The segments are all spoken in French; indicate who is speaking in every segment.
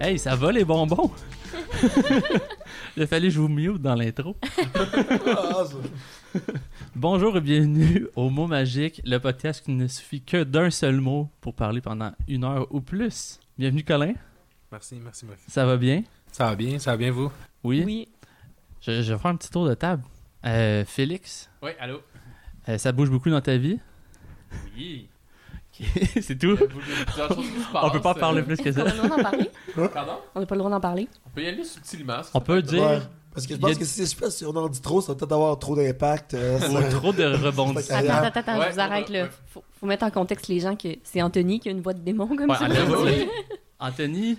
Speaker 1: Hey, ça va les bonbons! Il a fallu que je vous mute dans l'intro.
Speaker 2: Ah,
Speaker 1: Bonjour et bienvenue au Mot Magique, le podcast qui ne suffit que d'un seul mot pour parler pendant une heure ou plus. Bienvenue Colin,
Speaker 3: Merci, merci, merci.
Speaker 1: ça va bien?
Speaker 3: Ça va bien, ça va bien, vous?
Speaker 1: Oui?
Speaker 4: Oui.
Speaker 1: Je, je vais faire un petit tour de table. Euh, Félix,
Speaker 5: Oui, allô?
Speaker 1: euh, ça bouge beaucoup dans ta vie?
Speaker 5: Oui.
Speaker 1: Ok, C'est tout?
Speaker 5: Il y a plusieurs choses qui se passent.
Speaker 1: On peut pas parler plus que
Speaker 4: Est-ce qu'on
Speaker 1: ça.
Speaker 4: a le droit d'en parler?
Speaker 5: Pardon?
Speaker 4: On n'a pas le droit d'en parler.
Speaker 5: On peut y aller subtilement. ça.
Speaker 1: On peut
Speaker 2: Ouais,
Speaker 1: dire
Speaker 2: Parce que
Speaker 1: Il
Speaker 2: je
Speaker 1: y
Speaker 2: pense
Speaker 1: a-
Speaker 2: que si, je pense, si on en dit trop, ça va peut-être avoir trop d'impact. euh, ça-
Speaker 1: ou trop de rebondissements.
Speaker 2: Ailleurs.
Speaker 4: Attends, attends, attends,
Speaker 5: Ouais,
Speaker 4: je vous arrête
Speaker 5: ouais,
Speaker 4: là.
Speaker 5: ouais.
Speaker 4: Faut, faut mettre en contexte les gens que c'est Anthony qui a une voix de démon comme
Speaker 1: Ouais,
Speaker 4: ça.
Speaker 1: Anthony, Anthony,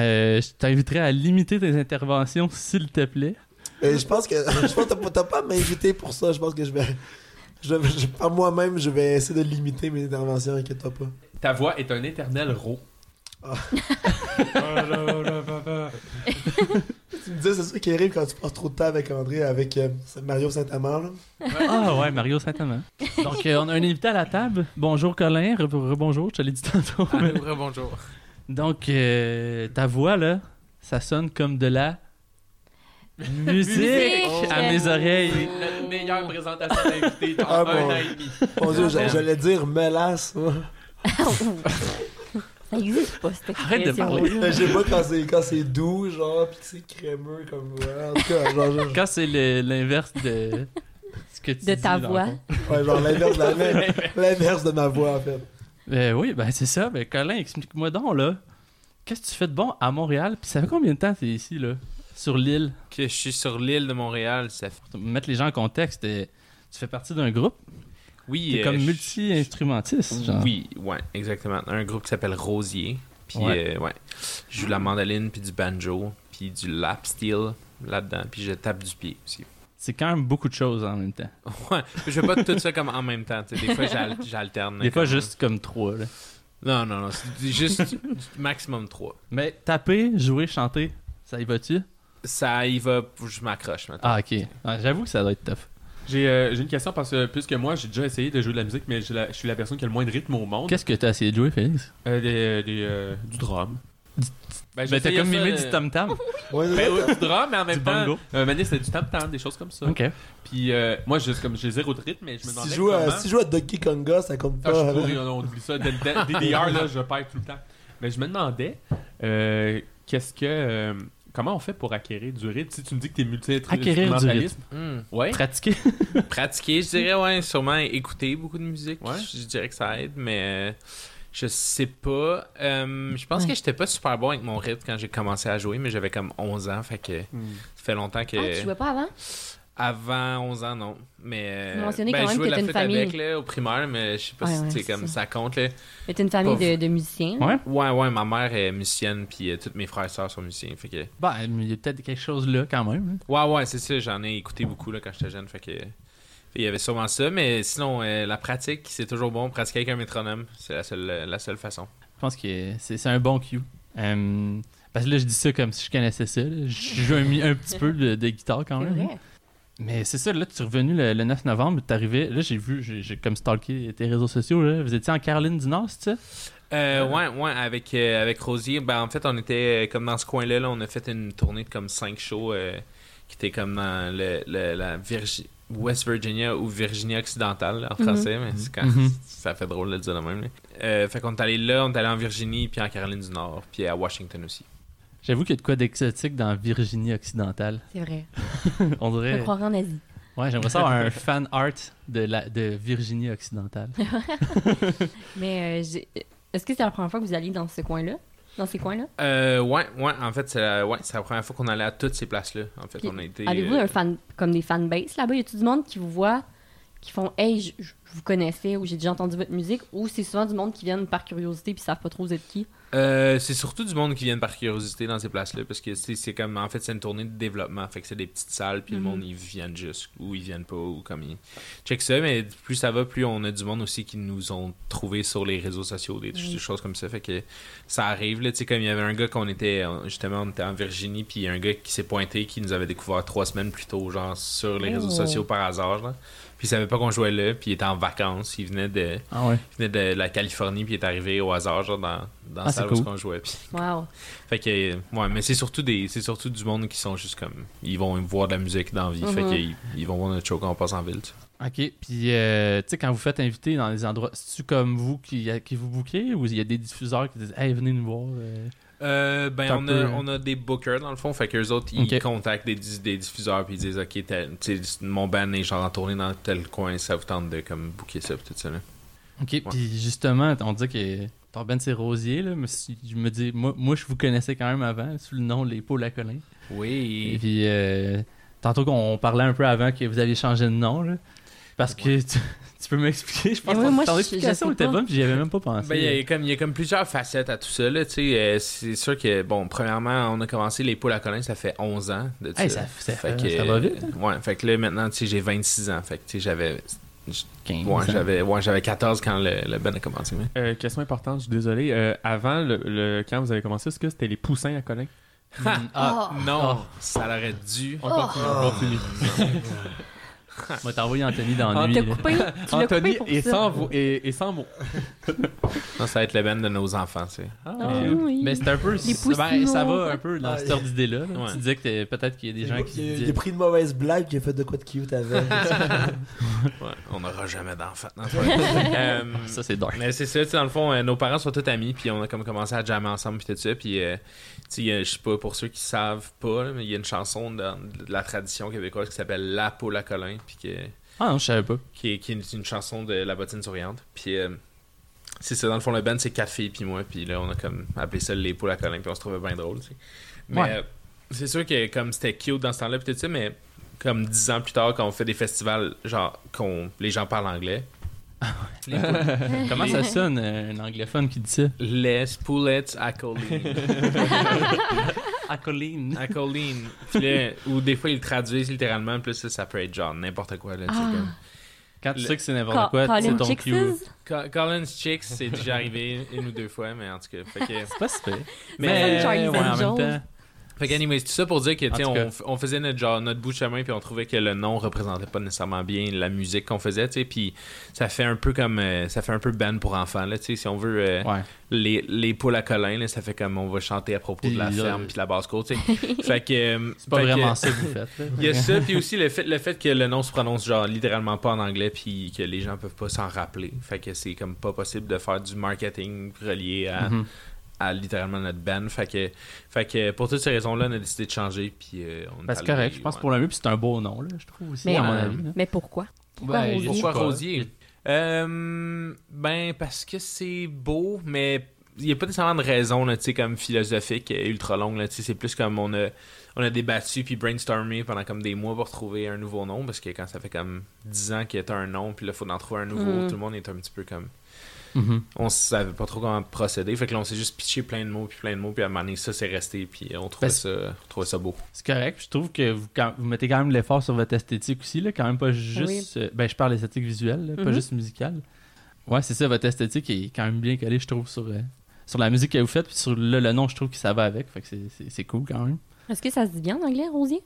Speaker 1: euh, je t'inviterais à limiter tes interventions, s'il te plaît.
Speaker 2: Euh, je pense que je pense que t'as pas- t'as pas à m'inviter pour ça. Je pense que je vais. Je, je- par moi-même, je vais essayer de limiter mes interventions, inquiète-toi pas.
Speaker 5: Ta voix est un éternel rot.
Speaker 3: Oh
Speaker 2: Tu me disais, c'est ça qui arrive quand tu passes trop de temps avec André, avec euh, Mario Saint-Amand. là.
Speaker 1: Ah ouais, Mario Saint-Amand. Donc, euh, on a un invité à la table. Bonjour Colin, Re- rebonjour, je te l'ai dit tantôt.
Speaker 3: Allô, bonjour.
Speaker 1: Donc, euh, ta voix, là, ça sonne comme de la musique Oh.
Speaker 4: Musique.
Speaker 1: à mes
Speaker 5: C'est
Speaker 1: oreilles.
Speaker 5: notre meilleure présentation d'invité en
Speaker 2: Ah,
Speaker 5: un
Speaker 2: bon.
Speaker 5: an et demi.
Speaker 2: Mon
Speaker 3: Ah,
Speaker 2: Dieu, j'a- j'allais dire mélasse. moi.
Speaker 4: ça existe pas, cette Ah,
Speaker 1: Arrête de
Speaker 4: expression.
Speaker 1: parler.
Speaker 2: Mais J'ai pas quand c'est quand c'est doux, genre, pis que c'est crémeux comme. ouais, en tout cas, genre, genre,
Speaker 1: Quand c'est le- l'inverse de ce que tu
Speaker 4: De
Speaker 1: dis,
Speaker 4: ta
Speaker 1: dans le
Speaker 4: voix.
Speaker 1: fond.
Speaker 2: ouais, genre l'inverse de la- l'inverse de ma voix en fait.
Speaker 1: Euh, oui, ben c'est ça. Ben, Colin, explique-moi donc, là. Qu'est-ce que tu fais de bon à Montréal? Puis ça fait combien de temps que t'es ici, là? Sur l'île?
Speaker 3: Que je suis sur l'île de Montréal, ça fait.
Speaker 1: Pour mettre les gens en contexte, euh, tu fais partie d'un groupe.
Speaker 3: Oui.
Speaker 1: T'es
Speaker 3: euh,
Speaker 1: comme
Speaker 3: je-
Speaker 1: multi-instrumentiste, genre.
Speaker 3: Oui, ouais, exactement. Un groupe qui s'appelle Rosier. Puis,
Speaker 1: Ouais.
Speaker 3: euh, ouais. Je joue de la mandoline, puis du banjo, puis du lap steel là-dedans, puis je tape du pied aussi.
Speaker 1: C'est quand même beaucoup de choses en même temps.
Speaker 3: Ouais, je fais pas tout ça comme en même temps. tu sais. Des fois, j'al- j'alterne.
Speaker 1: Des fois,
Speaker 3: comme-
Speaker 1: juste comme trois, là.
Speaker 3: Non, non, non. c'est du- Juste du maximum 3.
Speaker 1: Mais taper, jouer, chanter, ça y va-tu?
Speaker 3: Ça y va, je m'accroche maintenant.
Speaker 1: Ah, ok. Ouais, J'avoue que ça doit être tough.
Speaker 5: J'ai euh, j'ai une question parce que, plus que moi, j'ai déjà essayé de jouer de la musique, mais j'ai la- je suis la personne qui a le moins de rythme au monde.
Speaker 1: Qu'est-ce que t'as essayé de jouer, Félix?
Speaker 5: Euh, des- des, euh, du drum. Ben,
Speaker 1: Ben, t'as
Speaker 5: j'essayais
Speaker 1: comme
Speaker 5: ça,
Speaker 1: mimé
Speaker 5: euh,
Speaker 1: du tam-tam.
Speaker 2: Ouais, c'est
Speaker 5: Ben,
Speaker 2: ça.
Speaker 5: ouais, du drum, mais en même
Speaker 1: Du
Speaker 5: temps,
Speaker 1: bongo.
Speaker 5: euh, Mané, c'était du tam-tam, des choses comme ça.
Speaker 1: ok.
Speaker 5: Puis euh, moi, juste comme j'ai zéro de rythme, mais je
Speaker 2: Si
Speaker 5: me demandais
Speaker 2: je joue
Speaker 5: comment...
Speaker 2: à, si je joue à Donkey Konga, ça compte
Speaker 5: hein? Ah, je
Speaker 2: pas.
Speaker 5: suis
Speaker 2: hein.
Speaker 5: pourri, on oublie ça. Dès le- dès- DDR, là, je perds tout le temps. Mais je me demandais, euh, qu'est-ce que. euh, comment on fait pour acquérir du rythme Si tu me dis que t'es multi
Speaker 1: Acquérir du rythme.
Speaker 3: Hmm.
Speaker 5: Ouais.
Speaker 1: Pratiquer.
Speaker 3: Pratiquer, je dirais, ouais, sûrement écouter beaucoup de musique.
Speaker 5: Ouais.
Speaker 3: Je je dirais que ça aide, mais euh, je sais pas. Euh, je pense que j'étais pas super bon avec mon rythme quand j'ai commencé à jouer, mais j'avais comme 11 ans, fait que
Speaker 5: Hmm.
Speaker 3: ça fait longtemps que.
Speaker 4: Ah,
Speaker 1: Euh,
Speaker 4: tu jouais pas avant?
Speaker 3: Avant 11 ans, non. Mais.
Speaker 4: Tu
Speaker 3: euh,
Speaker 4: mentionnais
Speaker 3: ben,
Speaker 4: quand même
Speaker 3: je jouais
Speaker 4: que
Speaker 3: de la
Speaker 4: t'as une
Speaker 3: flûte avec,
Speaker 4: famille.
Speaker 3: là, au primaire, mais je sais pas
Speaker 4: Ouais,
Speaker 3: si
Speaker 4: ouais,
Speaker 3: tu sais,
Speaker 4: c'est
Speaker 3: comme
Speaker 4: ça.
Speaker 3: ça, compte, là.
Speaker 4: Mais t'es une famille
Speaker 3: Pas
Speaker 4: de, de musiciens.
Speaker 1: Ouais.
Speaker 3: Ouais, ouais, ma mère est musicienne, puis euh, tous mes frères et sœurs sont musiciens, fait que.
Speaker 1: Ben, il y a peut-être quelque chose là, quand même. hein.
Speaker 3: Ouais, ouais, c'est ça. J'en ai écouté beaucoup là, quand j'étais jeune. Fait que. fait, Il y avait sûrement ça, mais sinon, euh, la pratique, c'est toujours bon. Pratiquer avec un métronome, c'est la seule, euh, la seule façon.
Speaker 1: Je pense que c'est c'est un bon cue. Euh, parce que là, je dis ça comme si je connaissais ça. là. Je joue un, mi- un petit peu de, de guitare quand
Speaker 4: C'est
Speaker 1: même. hein.
Speaker 4: vrai.
Speaker 1: Mais c'est ça, là, tu es revenu le, le 9 novembre, t'es arrivé. Là, j'ai vu, j'ai j'ai comme stalké tes réseaux sociaux. Là. Vous étiez en Caroline du Nord, c'est ça?
Speaker 3: Euh, ouais, ouais, avec, euh, avec Rosier, ben, en fait, on était euh, comme dans ce coin-là. là, on a fait une tournée de comme 5 shows euh, qui étaient comme dans le, le- la Virgi- West Virginia ou Virginie occidentale là, en
Speaker 4: Mhm.
Speaker 3: français, mais c'est quand
Speaker 1: Mhm.
Speaker 3: ça fait drôle de le dire de même. là. Euh, fait qu'on est allé là, on est allé en Virginie, puis en Caroline du Nord, puis à Washington aussi.
Speaker 1: J'avoue qu'il y a de quoi d'exotique dans Virginie occidentale.
Speaker 4: C'est vrai.
Speaker 1: On
Speaker 4: Je me
Speaker 1: dirait.
Speaker 4: croirais en Asie.
Speaker 1: Ouais, j'aimerais ça avoir un fan art de, la, de Virginie occidentale.
Speaker 4: Mais euh, j'ai- est-ce que c'est la première fois que vous allez dans ce coin-là? Dans ces coins-là?
Speaker 3: Euh, ouais, ouais, en fait, c'est la, ouais, c'est la première fois qu'on allait à toutes ces places-là. En fait,
Speaker 4: Puis,
Speaker 3: on a été.
Speaker 4: Avez-vous
Speaker 3: euh,
Speaker 4: un fan, comme des fanbases là-bas? Y a-tu du monde qui vous voit, qui font Hey, je, je- je vous connaissais ou j'ai déjà entendu votre musique? Ou c'est souvent du monde qui viennent par curiosité puis savent pas trop vous êtes qui?
Speaker 3: euh, c'est surtout du monde qui vient par curiosité dans ces places-là parce que tu sais, c'est comme. En fait, c'est une tournée de développement. Fait que c'est des petites salles, puis
Speaker 4: Mhm.
Speaker 3: le monde, ils viennent juste ou ils viennent pas ou comme ils. Check ça, mais plus ça va, plus on a du monde aussi qui nous ont trouvé sur les réseaux sociaux, des, des choses comme ça. Fait que ça arrive, là. Tu sais, comme il y avait un gars qu'on était. on- Justement, on était en Virginie, puis il y a un gars qui s'est pointé, qui nous avait découvert trois semaines plus tôt, genre sur les réseaux
Speaker 4: Oh.
Speaker 3: sociaux par hasard, là. Puis il savait pas qu'on jouait là, puis il était en vacances. Il venait de,
Speaker 1: Ah ouais.
Speaker 3: il venait de la Californie, puis il est arrivé au hasard, genre, dans, dans
Speaker 1: Ah,
Speaker 3: la
Speaker 1: c'est
Speaker 3: salle où
Speaker 1: cool.
Speaker 3: est-ce qu'on jouait. Puis-
Speaker 4: Wow.
Speaker 3: fait que, euh, ouais, mais c'est surtout, des, c'est surtout du monde qui sont juste comme. Ils vont voir de la musique dans la vie. Fait
Speaker 4: Mhm.
Speaker 3: qu'ils ils vont voir notre show quand on passe en ville. tu sais.
Speaker 1: OK. Puis, euh, tu sais, quand vous faites inviter dans les endroits, c'est-tu comme vous qui, qui vous bouquez ou il y a des diffuseurs qui disent Hey, venez nous voir euh?
Speaker 3: Euh, ben,
Speaker 1: T'as
Speaker 3: on
Speaker 1: peu-
Speaker 3: a, on a des bookers dans le fond. Fait qu'eux autres, ils
Speaker 1: Ok.
Speaker 3: contactent des, dis- des diffuseurs puis ils disent Ok, tel- tu sais, mon band est genre en tournée dans tel coin, ça vous tente de comme booker ça, puis tout ça. Là.
Speaker 1: OK. Puis, justement, on dit que ton ben, c'est Rosier, là, mais si- je me dis, moi, moi, je vous connaissais quand même avant sous le nom Les Paul Lacolin. Et
Speaker 3: Oui.
Speaker 1: puis, euh, tantôt qu'on parlait un peu avant que vous aviez changé de nom, là, parce que tu, tu peux m'expliquer, je pense
Speaker 4: Eh oui, moi,
Speaker 1: que ton
Speaker 4: je-
Speaker 1: explication
Speaker 4: je sais
Speaker 1: était
Speaker 4: pas.
Speaker 1: bonne, puis j'y avais même pas pensé.
Speaker 3: Ben, il y, a comme- il y a comme plusieurs facettes à tout ça. Là, tu sais, euh, c'est sûr que, bon, premièrement, on a commencé les poules à Colin, ça fait 11 ans. De
Speaker 1: Hey, ça- ça- ça va vite, hein?
Speaker 3: Ouais, fait que là, maintenant, tu sais, j'ai 26 ans. Fait que, tu sais, j'avais.
Speaker 1: Quinze
Speaker 3: Ouais,
Speaker 1: ans.
Speaker 3: j'avais ouais, j'avais 14 quand le, le band a commencé. mais-
Speaker 5: Euh, question importante, je suis désolé. Euh, avant, le, le- quand vous avez commencé, est-ce que c'était les poussins à Colin
Speaker 1: Mm, ah,
Speaker 3: Non, ça l'aurait dû.
Speaker 5: On continue,
Speaker 4: Oh!
Speaker 5: on continue.
Speaker 1: moi, t'as envoyé Anthony dans la
Speaker 3: Ah,
Speaker 1: nuit. là.
Speaker 4: Ah, T'as coupé, tu l'as coupé
Speaker 5: Anthony
Speaker 4: pour
Speaker 5: et
Speaker 4: ça.
Speaker 5: sans, vo- et, et sans mots.
Speaker 3: Non, ça va être le band de nos enfants, tu sais.
Speaker 4: Ah
Speaker 1: Mais-
Speaker 4: oui.
Speaker 1: Mais c'est un peu.
Speaker 4: Les
Speaker 1: c'est- ben, ça
Speaker 4: poussinots.
Speaker 1: va un peu dans
Speaker 2: Ah,
Speaker 1: cette ordre d'idée-là. là.
Speaker 3: Ouais.
Speaker 1: Tu disais que t'es- peut-être qu'il y a des gens qui.
Speaker 2: Il, il
Speaker 1: disent-
Speaker 2: a pris une mauvaise blague, il a fait de quoi de cute avec.
Speaker 3: Ouais, on n'aura jamais d'enfants. Non, c'est vrai. Euh,
Speaker 1: Ça, c'est dark.
Speaker 3: Mais c'est ça, tu sais, dans le fond, euh, nos parents sont tous amis, puis on a comme commencé à jammer ensemble, puis tout ça. Puis, euh, tu sais, euh, je sais pas, pour ceux qui savent pas, là, mais il y a une chanson dans- de la tradition québécoise qui s'appelle La Paula Colin, puis que-
Speaker 1: Ah non, je savais pas.
Speaker 3: qui, est- qui est une chanson de La Bottine Souriante. Puis, euh, c'est ça, dans le fond, le band, c'est quatre filles, puis moi, puis là, on a comme appelé ça Les Paula Colin, puis on se trouvait bien drôle, tu sais. Mais
Speaker 1: Ouais.
Speaker 3: euh, c'est sûr que comme c'était cute dans ce temps-là, puis tout ça, mais comme dix ans plus tard, quand on fait des festivals, genre, qu'on les gens parlent anglais. Les Paula-
Speaker 1: Comment ça sonne euh, un anglophone qui dit ça
Speaker 3: Les poulettes à Colleen.
Speaker 1: À Colline.
Speaker 3: à Colleen. Puis là, ou des fois, ils le traduisent littéralement. Puis là, ça, ça peut être genre n'importe quoi. Là, tu sais,
Speaker 4: Ah.
Speaker 3: comme-
Speaker 1: Quand tu
Speaker 3: Le-
Speaker 1: sais que c'est n'importe
Speaker 4: Ca-
Speaker 1: quoi, c'est
Speaker 4: Colin
Speaker 1: ton cue.
Speaker 4: Chickses?
Speaker 3: Co- Collins Chicks, c'est déjà arrivé une ou deux fois, mais en tout cas. Fait que,
Speaker 1: C'est pas si pire. Mais
Speaker 3: Mais-
Speaker 1: ouais, en même
Speaker 4: Charlie's Angels.
Speaker 1: temps.
Speaker 3: fait que anyways, tout ça pour dire que, tu sais,
Speaker 1: En tout
Speaker 3: on,
Speaker 1: cas.
Speaker 3: f- on faisait notre, genre, notre bout de chemin, puis on trouvait que le nom représentait pas nécessairement bien la musique qu'on faisait, tu sais. Puis ça fait un peu comme. euh, ça fait un peu band pour enfants, là, tu sais. Si on veut. euh,
Speaker 1: Ouais.
Speaker 3: les, les poules à Colin, là, ça fait comme on va chanter à propos de la
Speaker 1: Puis, euh,
Speaker 3: ferme, puis de la basse côte, tu sais. Fait que. euh,
Speaker 1: C'est pas
Speaker 3: fait que-
Speaker 1: vraiment ça que vous faites. là.
Speaker 3: Il y a ça, puis aussi le fait, le fait que le nom se prononce genre littéralement pas en anglais, puis que les gens peuvent pas s'en rappeler. Fait que c'est comme pas possible de faire du marketing relié à,
Speaker 1: Mhm.
Speaker 3: à littéralement notre band. Fait que, fait que pour toutes ces raisons-là, on a décidé de changer, puis euh, on est
Speaker 1: Ben, c'est
Speaker 3: allé-
Speaker 1: correct. Je pense
Speaker 3: ouais. euh,
Speaker 1: pour le mieux, puis c'est un beau nom, là, je trouve aussi,
Speaker 4: Mais-
Speaker 1: à mon avis. là.
Speaker 4: Mais pourquoi?
Speaker 1: Ben,
Speaker 4: Rosier?
Speaker 1: je sais
Speaker 3: Pourquoi
Speaker 1: pas.
Speaker 3: Rosier Euh, Ben, parce que c'est beau, mais il n'y a pas nécessairement de raison, là, tu sais, comme philosophique euh, ultra longue. là, tu sais, C'est plus comme on a, on a débattu puis brainstormé pendant comme des mois pour trouver un nouveau nom, parce que quand ça fait comme 10 ans qu'il y a un nom, puis là, il faut en trouver un nouveau,
Speaker 4: Mm.
Speaker 3: tout le monde est un petit peu comme.
Speaker 1: Mhm.
Speaker 3: On savait pas trop comment procéder. Fait que là, on s'est juste pitché plein de mots, puis plein de mots, puis à un moment donné, ça, c'est resté, puis on trouvait,
Speaker 1: Parce-
Speaker 3: ça, on trouvait ça beau.
Speaker 1: C'est correct. puis Je trouve que vous, quand- vous mettez quand même l'effort sur votre esthétique aussi, là, quand même pas juste. euh, ben, je parle d'esthétique visuelle, là, pas
Speaker 4: Mhm.
Speaker 1: juste musicale. Ouais, c'est ça. Votre esthétique est quand même bien collée, je trouve, sur, euh, sur la musique que vous faites, puis sur le, le nom, je trouve que ça va avec. Fait que c'est- c'est c'est cool quand même.
Speaker 4: Est-ce que ça se dit bien en anglais, Rosier?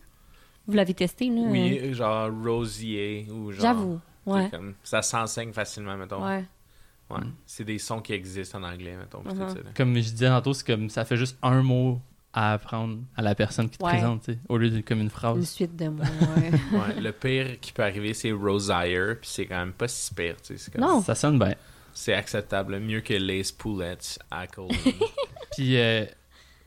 Speaker 4: Vous l'avez testé, là? euh,
Speaker 3: Oui, genre Rosier, ou genre.
Speaker 4: J'avoue. Ouais.
Speaker 3: C'est comme- ça s'enseigne facilement, mettons.
Speaker 4: Ouais.
Speaker 3: Ouais.
Speaker 1: Mm.
Speaker 3: C'est des sons qui existent en anglais, mettons. pis
Speaker 4: Mhm.
Speaker 1: Uh-huh.
Speaker 3: tout ça, là.
Speaker 1: Comme je disais tantôt, c'est comme ça fait juste un mot à apprendre à la personne qui te
Speaker 4: Ouais.
Speaker 1: présente, tu sais, au lieu de comme une
Speaker 4: Une
Speaker 1: phrase.
Speaker 4: suite de mots.
Speaker 3: Ouais, le pire qui peut arriver, c'est Rosire, puis c'est quand même pas si pire. tu sais, C'est comme-
Speaker 4: Non.
Speaker 1: Ça sonne bien.
Speaker 3: C'est acceptable, mieux que les Poulettes à Colin.
Speaker 1: Puis, euh,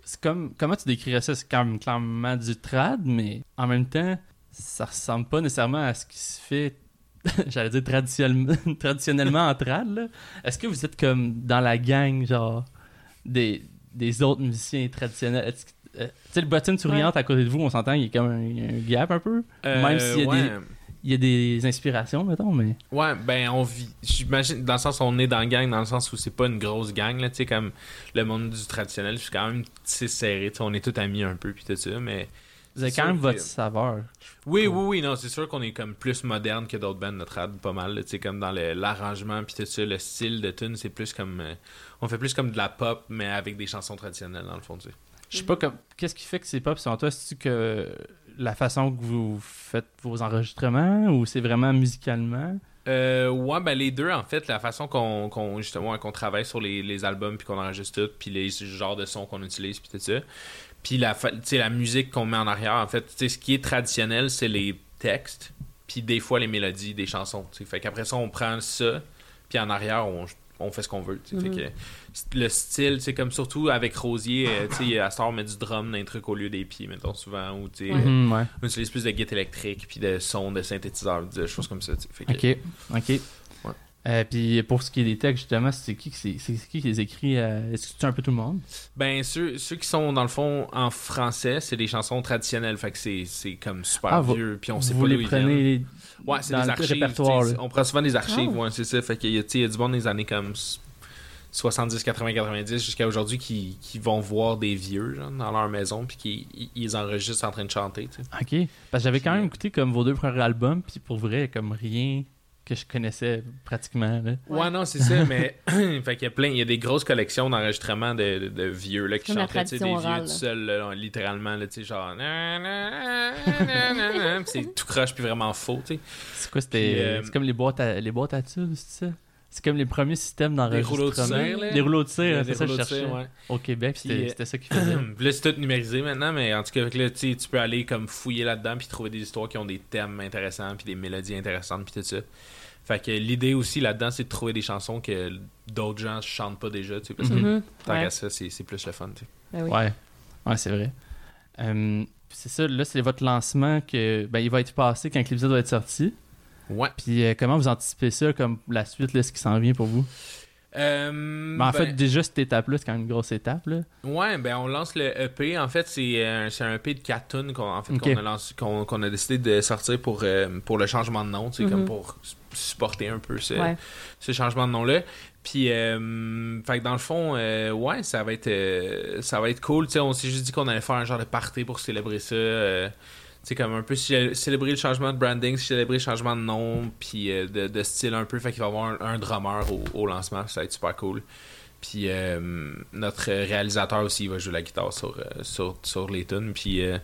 Speaker 1: c'est comme, comment tu décrirais ça? C'est quand même clairement du trad, mais en même temps, ça ressemble pas nécessairement à ce qui se fait, j'allais dire traditionnellement, traditionnellement en trad. là. Est-ce que vous êtes comme dans la gang, genre, des, des autres musiciens traditionnels? Est-ce que- euh, tu sais, le bottine souriante à côté de vous, on s'entend, il y a comme un, il y a un gap un peu. Même s'il y a
Speaker 3: ouais.
Speaker 1: des- Il y a des inspirations, mettons, mais.
Speaker 3: Ouais, ben on vit. J'imagine, dans le sens où on est dans la gang, dans le sens où c'est pas une grosse gang, là, tu sais, comme le monde du traditionnel, c'est quand même tu sais, serré, tu sais, on est tous amis un peu, puis tout ça, mais.
Speaker 1: Vous avez
Speaker 3: C'est
Speaker 1: quand même
Speaker 3: sûr
Speaker 1: votre
Speaker 3: que-
Speaker 1: saveur.
Speaker 3: Oui, oui, oui, non, c'est sûr qu'on est comme plus moderne que d'autres bands de trad, pas mal, là, tu sais, comme dans le- l'arrangement, puis tout ça, le style de tune, c'est plus comme, euh, on fait plus comme de la pop, mais avec des chansons traditionnelles, dans le fond, tu sais.
Speaker 1: Je sais pas comme qu'est-ce qui fait que c'est pop selon toi, c'est-tu que la façon que vous faites vos enregistrements ou c'est vraiment musicalement
Speaker 3: Euh, ouais, ben les deux, en fait, la façon qu'on qu'on- justement hein, qu'on travaille sur les, les albums, puis qu'on enregistre tout, puis les genres de sons qu'on utilise, puis tout ça. Puis la, fa- tu sais, la musique qu'on met en arrière, en fait, tu sais, ce qui est traditionnel, c'est les textes, puis des fois les mélodies des chansons. tu sais. Fait qu'après ça, on prend ça, puis en arrière, on, on fait ce qu'on veut. tu sais. Fait
Speaker 4: Mhm.
Speaker 3: que c'est- le style, c'est comme surtout avec Rosier, euh, tu sais, à ce on met du drum d'un truc au lieu des pieds, mettons, souvent, ou tu sais,
Speaker 4: Ouais.
Speaker 1: Mhm, ouais.
Speaker 3: on utilise plus de guitare électrique, puis de sons, de synthétiseurs, de choses comme ça. tu sais. Fait
Speaker 1: Ok,
Speaker 3: que-
Speaker 1: ok.
Speaker 3: Ouais.
Speaker 1: Euh, puis pour ce qui est des textes, justement, c'est qui, qui- c'est, c'est qui qui les écrit euh, Est-ce que c'est un peu tout le monde
Speaker 3: Ben, ceux, ceux qui sont, dans le fond, en français, c'est des chansons traditionnelles. Fait que c'est, c'est comme super
Speaker 1: Ah, vous-
Speaker 3: vieux, puis on sait
Speaker 1: Vous
Speaker 3: pas d'où
Speaker 1: les
Speaker 3: ils
Speaker 1: prenez
Speaker 3: viennent.
Speaker 1: les-
Speaker 3: Ouais, c'est
Speaker 1: dans
Speaker 3: des
Speaker 1: le
Speaker 3: archives.
Speaker 1: répertoire,
Speaker 3: tu sais,
Speaker 1: là.
Speaker 3: On prend souvent des archives,
Speaker 4: Ah.
Speaker 3: ouais, c'est ça. Fait qu'il y a, tu sais, il y a du monde des années comme s- 70, 80, 90 jusqu'à aujourd'hui qui, qui vont voir des vieux genre, dans leur maison, puis qui ils- ils enregistrent en train de chanter. tu sais.
Speaker 1: Ok. Parce que j'avais quand
Speaker 3: Puis,
Speaker 1: même
Speaker 3: euh,
Speaker 1: écouté comme vos deux premiers albums, puis pour vrai, comme rien que je connaissais pratiquement. Là.
Speaker 3: Ouais.
Speaker 4: Ouais.
Speaker 3: non, c'est ça, mais. fait qu'il y a plein. Il y a des grosses collections d'enregistrements de, de- de vieux, là, qui
Speaker 4: comme la
Speaker 3: chantaient, tu sais, des
Speaker 4: tradition orale,
Speaker 3: vieux tout
Speaker 4: là.
Speaker 3: seuls, là, littéralement, là, tu sais, genre. na, na, na, na, na, na. Puis c'est tout croche, puis vraiment faux, tu sais.
Speaker 1: C'est quoi C'était.
Speaker 3: Puis, euh,
Speaker 1: C'est comme les boîtes à, les boîtes à tubes, c'est ça C'est comme les premiers systèmes
Speaker 3: Les rouleaux de
Speaker 1: d'enregistrement.
Speaker 3: cire, là.
Speaker 1: Les rouleaux de cire,
Speaker 3: Des
Speaker 1: c'est ça que je
Speaker 3: rouleaux de cire,
Speaker 1: cherchais.
Speaker 3: ouais.
Speaker 1: Au Québec,
Speaker 3: Puis,
Speaker 1: c'était,
Speaker 3: euh,
Speaker 1: c'était ça qu'ils faisaient.
Speaker 3: Puis là, c'est tout numérisé maintenant, mais en tout cas, fait que là, tu sais, tu peux aller comme fouiller là-dedans, puis trouver des histoires qui ont des thèmes intéressants, puis des mélodies intéressantes, puis tout ça. Fait que l'idée aussi là-dedans, c'est de trouver des chansons que d'autres gens chantent pas déjà, tu sais, parce que
Speaker 4: Mhm.
Speaker 3: tant
Speaker 4: Ouais.
Speaker 3: qu'à ça, c'est c'est plus le fun, tu sais.
Speaker 4: Ben oui.
Speaker 1: Ouais, ouais c'est vrai. Euh, puis c'est ça, là, c'est votre lancement que ben, il va être passé quand que l'épisode va être sorti.
Speaker 3: Ouais.
Speaker 1: Puis euh, comment vous anticipez ça, comme la suite, là, ce qui s'en vient pour vous?
Speaker 3: Euh,
Speaker 1: Ben, en
Speaker 3: ben-
Speaker 1: fait, déjà, cette étape-là, c'est quand même une grosse étape. Là.
Speaker 3: Ouais, ben on lance le EP. En fait, c'est un, c'est un EP de 4 tunes qu'on en fait,
Speaker 1: Ok.
Speaker 3: qu'on a, lancé- qu'on- qu'on a décidé de sortir pour, euh, pour le changement de nom, tu sais,
Speaker 1: Mhm.
Speaker 3: comme pour s- supporter un peu ce,
Speaker 4: Ouais.
Speaker 3: ce changement de nom-là. Puis, euh, fait que dans le fond, euh, ouais, ça va être, euh, ça va être cool. Tu sais, on s'est juste dit qu'on allait faire un genre de party pour célébrer ça. euh, tu sais, comme un peu cé- célébrer le changement de branding, célébrer le changement de nom, puis euh, de, de style un peu. Fait qu'il va y avoir un, un drummer au, au lancement, ça va être super cool. Puis euh, notre réalisateur aussi il va jouer la guitare sur, euh, sur, sur les tunes. Puis, euh,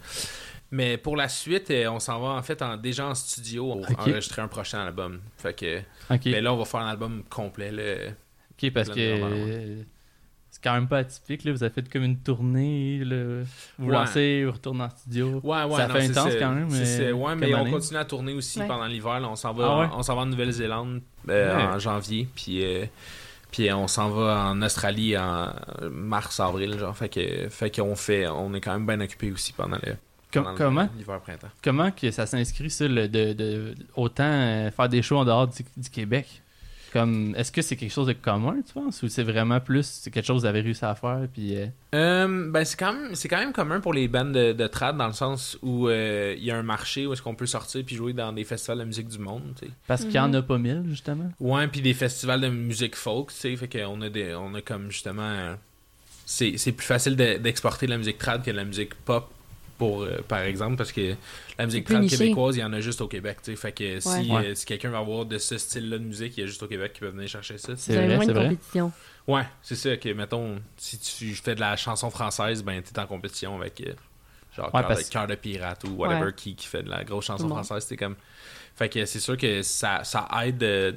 Speaker 3: mais pour la suite, euh, on s'en va en fait en, déjà en studio pour
Speaker 1: Ok.
Speaker 3: enregistrer un prochain album. Fait que,
Speaker 1: OK,
Speaker 3: Mais là, on va faire un album complet. là.
Speaker 1: OK, parce
Speaker 3: Ben, plein
Speaker 1: que
Speaker 3: de demandes,
Speaker 1: euh, c'est quand même pas atypique. Là. Vous avez fait comme une tournée. là. Vous
Speaker 3: Ouais.
Speaker 1: lancez, vous retournez en studio.
Speaker 3: Ouais, ouais,
Speaker 1: Ça
Speaker 3: non,
Speaker 1: fait
Speaker 3: c'est
Speaker 1: intense
Speaker 3: ça.
Speaker 1: quand même,
Speaker 3: C'est
Speaker 1: mais
Speaker 3: ça. Ouais,
Speaker 1: comme
Speaker 3: mais on
Speaker 1: année.
Speaker 3: continue à tourner aussi
Speaker 4: Ouais.
Speaker 3: pendant l'hiver. là. On s'en va,
Speaker 1: Ah ouais?
Speaker 3: on s'en va en Nouvelle-Zélande euh,
Speaker 5: Ouais.
Speaker 3: en janvier. Puis, euh, puis on s'en va en Australie en mars, avril. Genre. Fait que, fait qu'on fait, on est quand même bien occupé aussi pendant le
Speaker 1: Com-
Speaker 3: pendant le-
Speaker 1: comment,
Speaker 3: l'hiver printemps.
Speaker 1: comment que ça s'inscrit, ça, le- de, de- autant euh, faire des shows en dehors du, du Québec? Comme, est-ce que c'est quelque chose de commun, tu penses? Ou c'est vraiment plus c'est quelque chose que vous avez réussi à faire? Puis, euh,
Speaker 3: Euh, ben c'est quand même c'est quand même commun pour les bandes de, de trad dans le sens où euh, il y a un marché où est-ce qu'on peut sortir puis jouer dans des festivals de musique du monde. tu sais.
Speaker 1: Parce qu'il y en a pas mille, justement.
Speaker 3: Ouais, puis des festivals de musique folk, tu sais, fait qu'on a des, on a comme justement, euh, c'est c'est plus facile de- d'exporter de la musique trad que de la musique pop, pour euh, par exemple, parce que la musique
Speaker 4: plus
Speaker 3: trad
Speaker 4: niché.
Speaker 3: québécoise, il y en a juste au Québec, tu sais, fait que si,
Speaker 4: Ouais.
Speaker 3: euh,
Speaker 1: Ouais.
Speaker 3: si quelqu'un va avoir de ce style-là de musique, il y a juste au Québec qui peut venir chercher ça. tu
Speaker 1: C'est
Speaker 3: sais.
Speaker 4: Vous avez
Speaker 1: vrai,
Speaker 4: moins
Speaker 1: c'est
Speaker 4: de
Speaker 1: vrai.
Speaker 4: compétition.
Speaker 3: Ouais, c'est ça que mettons, si tu fais de la chanson française, ben t'es en compétition avec euh, genre
Speaker 1: Ouais,
Speaker 3: Cœur
Speaker 1: parce-
Speaker 3: de- Cœur de pirate ou whatever
Speaker 4: Ouais.
Speaker 3: qui, qui fait de la grosse chanson
Speaker 4: Tout le monde.
Speaker 3: française, c'est comme fait que c'est sûr que ça, ça aide euh,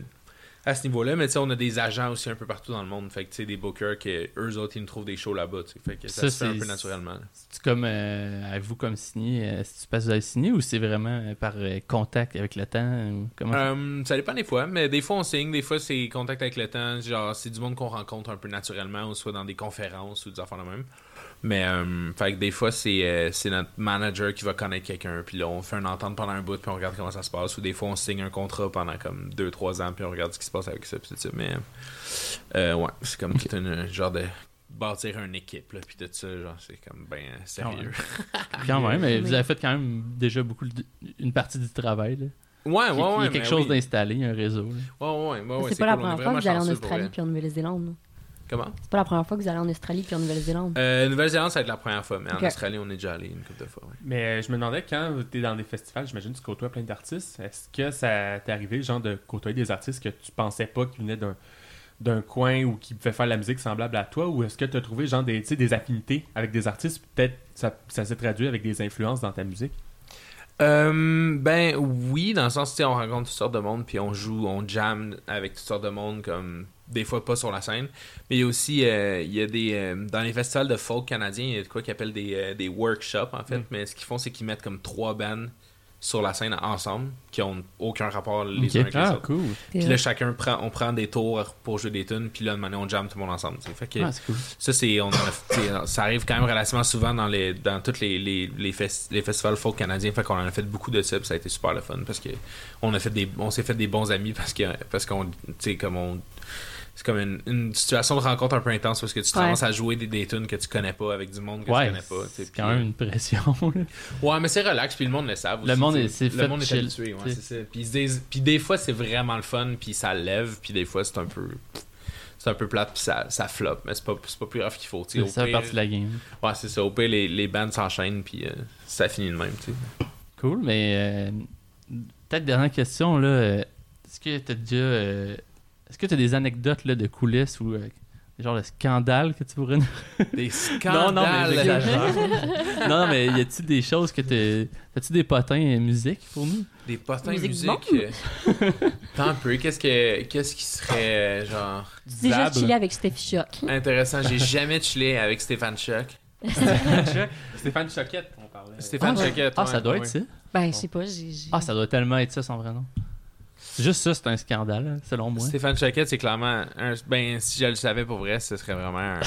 Speaker 3: à ce niveau-là, mais tu sais on a des agents aussi un peu partout dans le monde, fait que tu sais des bookers que eux autres ils nous trouvent des shows là-bas, tu sais. fait que ça,
Speaker 1: Ça,
Speaker 3: se fait un
Speaker 1: c'est-
Speaker 3: peu naturellement.
Speaker 1: C'est comme euh, avez-vous comme signé euh, si tu passes vous avez signé ou c'est vraiment euh, par euh, contact avec le temps ou comment
Speaker 3: Euh, ça dépend des fois, mais des fois on signe, des fois c'est contact avec le temps, genre c'est du monde qu'on rencontre un peu naturellement, ou soit dans des conférences ou des affaires de même. Mais euh, fait que des fois c'est euh, c'est notre manager qui va connaître quelqu'un, puis là on fait un entente pendant un bout, puis on regarde comment ça se passe, ou des fois on signe un contrat pendant comme 2-3 ans, puis on regarde ce qui se passe avec ça, puis tout ça. Mais euh, ouais, c'est comme tout un euh, genre de bâtir une équipe, là, puis tout ça, genre c'est comme ben
Speaker 1: Ah
Speaker 3: euh, sérieux. Ah,
Speaker 1: Quand même, mais
Speaker 4: oui.
Speaker 1: vous avez fait quand même déjà beaucoup de- une partie du travail. Là.
Speaker 3: Ah, Ouais, ouais,
Speaker 1: Il
Speaker 3: ouais.
Speaker 1: y a
Speaker 3: mais
Speaker 1: quelque chose
Speaker 3: oui.
Speaker 1: d'installé, un réseau. là.
Speaker 3: Ouais, ouais, ouais, ouais,
Speaker 4: c'est pas la
Speaker 3: cool, on est
Speaker 4: première fois que vous allez
Speaker 3: vraiment
Speaker 4: en
Speaker 3: chanceux pour
Speaker 4: Australie
Speaker 3: vrai.
Speaker 4: puis en Nouvelle-Zélande. là.
Speaker 3: Comment?
Speaker 4: C'est pas la première fois que vous allez en Australie puis en Nouvelle-Zélande.
Speaker 3: Euh, Nouvelle-Zélande, ça va être la première fois, mais
Speaker 4: Ok.
Speaker 3: en Australie, on est déjà allé une couple de fois. ouais.
Speaker 5: Mais euh, je me demandais, quand tu es dans des festivals, j'imagine que tu côtoies plein d'artistes. Est-ce que ça t'est arrivé, genre, de côtoyer des artistes que tu pensais pas qui venaient d'un d'un coin ou qui pouvaient faire la musique semblable à toi ou est-ce que tu as trouvé genre des, tu sais, des affinités avec des artistes puis peut-être ça, ça s'est traduit avec des influences dans ta musique
Speaker 3: Euh, ben oui, dans le sens, tu sais, on rencontre toutes sortes de monde, puis on joue, on jam avec toutes sortes de monde, comme des fois pas sur la scène. Mais il y a aussi, euh, il y a des, euh, dans les festivals de folk canadiens, il y a de quoi qu'ils appellent des, euh, des workshops, en fait. Mais ce qu'ils font, c'est qu'ils mettent comme trois bandes sur la scène ensemble, qui ont aucun rapport les uns avec les
Speaker 1: Ah,
Speaker 3: autres.
Speaker 1: cool.
Speaker 3: Puis là, chacun prend, on prend des tours pour jouer des tunes, puis là, de manière, on jam tout le monde ensemble. tu sais. Fait que,
Speaker 1: Ah, c'est cool.
Speaker 3: ça, c'est, on en a- tu sais, ça arrive quand même relativement souvent dans les dans tous les, les, les, fes- les festivals folk canadiens. Fait qu'on en a fait beaucoup de ça, puis ça a été super le fun parce que on a fait des, on s'est fait des bons amis parce que parce qu'on, tu sais, comme on, c'est comme une, une situation de rencontre un peu intense parce que tu
Speaker 4: Ouais.
Speaker 3: commences à jouer des, des tunes que tu connais pas avec du monde que tu
Speaker 1: Ouais,
Speaker 3: connais pas. tu sais,
Speaker 1: c'est
Speaker 3: puis- euh,
Speaker 1: quand même une pression. là.
Speaker 3: Ouais, mais c'est relax, puis le monde le savent
Speaker 1: Le
Speaker 3: aussi,
Speaker 1: monde
Speaker 3: tu
Speaker 1: est-
Speaker 3: sais.
Speaker 1: c'est
Speaker 3: Le
Speaker 1: fait
Speaker 3: monde est
Speaker 1: chill,
Speaker 3: habitué, ouais,
Speaker 1: tu sais.
Speaker 3: c'est ça. Puis, ils se disent- puis des fois, c'est vraiment le fun, puis ça lève, puis des fois, c'est un peu. C'est un peu plate, puis ça, ça floppe, mais c'est pas, c'est pas plus grave qu'il faut. tu sais.
Speaker 1: C'est
Speaker 3: Au
Speaker 1: ça fait
Speaker 3: pire-
Speaker 1: partie de la game.
Speaker 3: Ouais, c'est ça. Au pire, les, les bandes s'enchaînent, puis euh, ça finit de même, tu sais.
Speaker 1: Cool, mais euh, peut-être dernière question là. euh, Est-ce que t'as déjà, euh, est-ce que t'as des anecdotes là, de coulisses ou euh, genre de scandales que tu pourrais nous
Speaker 3: Des
Speaker 1: Non,
Speaker 3: scandales!
Speaker 1: non, mais j'exagère. non, non, mais y a-tu des choses que t'es. T'as-tu des potins euh, musique pour nous
Speaker 3: Des potins
Speaker 4: Musique
Speaker 3: musique.
Speaker 4: du monde.
Speaker 3: euh, Tant un peu, qu'est-ce, que, qu'est-ce qui serait, euh, genre,
Speaker 4: Tu sais,
Speaker 5: Zab.
Speaker 4: juste chiller avec Steffi Choc.
Speaker 3: intéressant? J'ai jamais chillé avec Stéphane Choc.
Speaker 5: Stéphane Choquette, on parlait.
Speaker 3: Stéphane
Speaker 1: Ah, ouais.
Speaker 3: Choquette,
Speaker 1: Ah, ça
Speaker 3: ouais,
Speaker 1: doit
Speaker 3: ouais.
Speaker 1: être ça.
Speaker 4: Ben, je sais pas, j'ai. j'ai-
Speaker 1: Ah, ça doit tellement être ça, son vrai nom. C'est Juste ça, c'est un scandale, hein, selon moi.
Speaker 3: Stéphane Choquette, c'est clairement un. Ben, si je le savais pour vrai, ce serait vraiment un.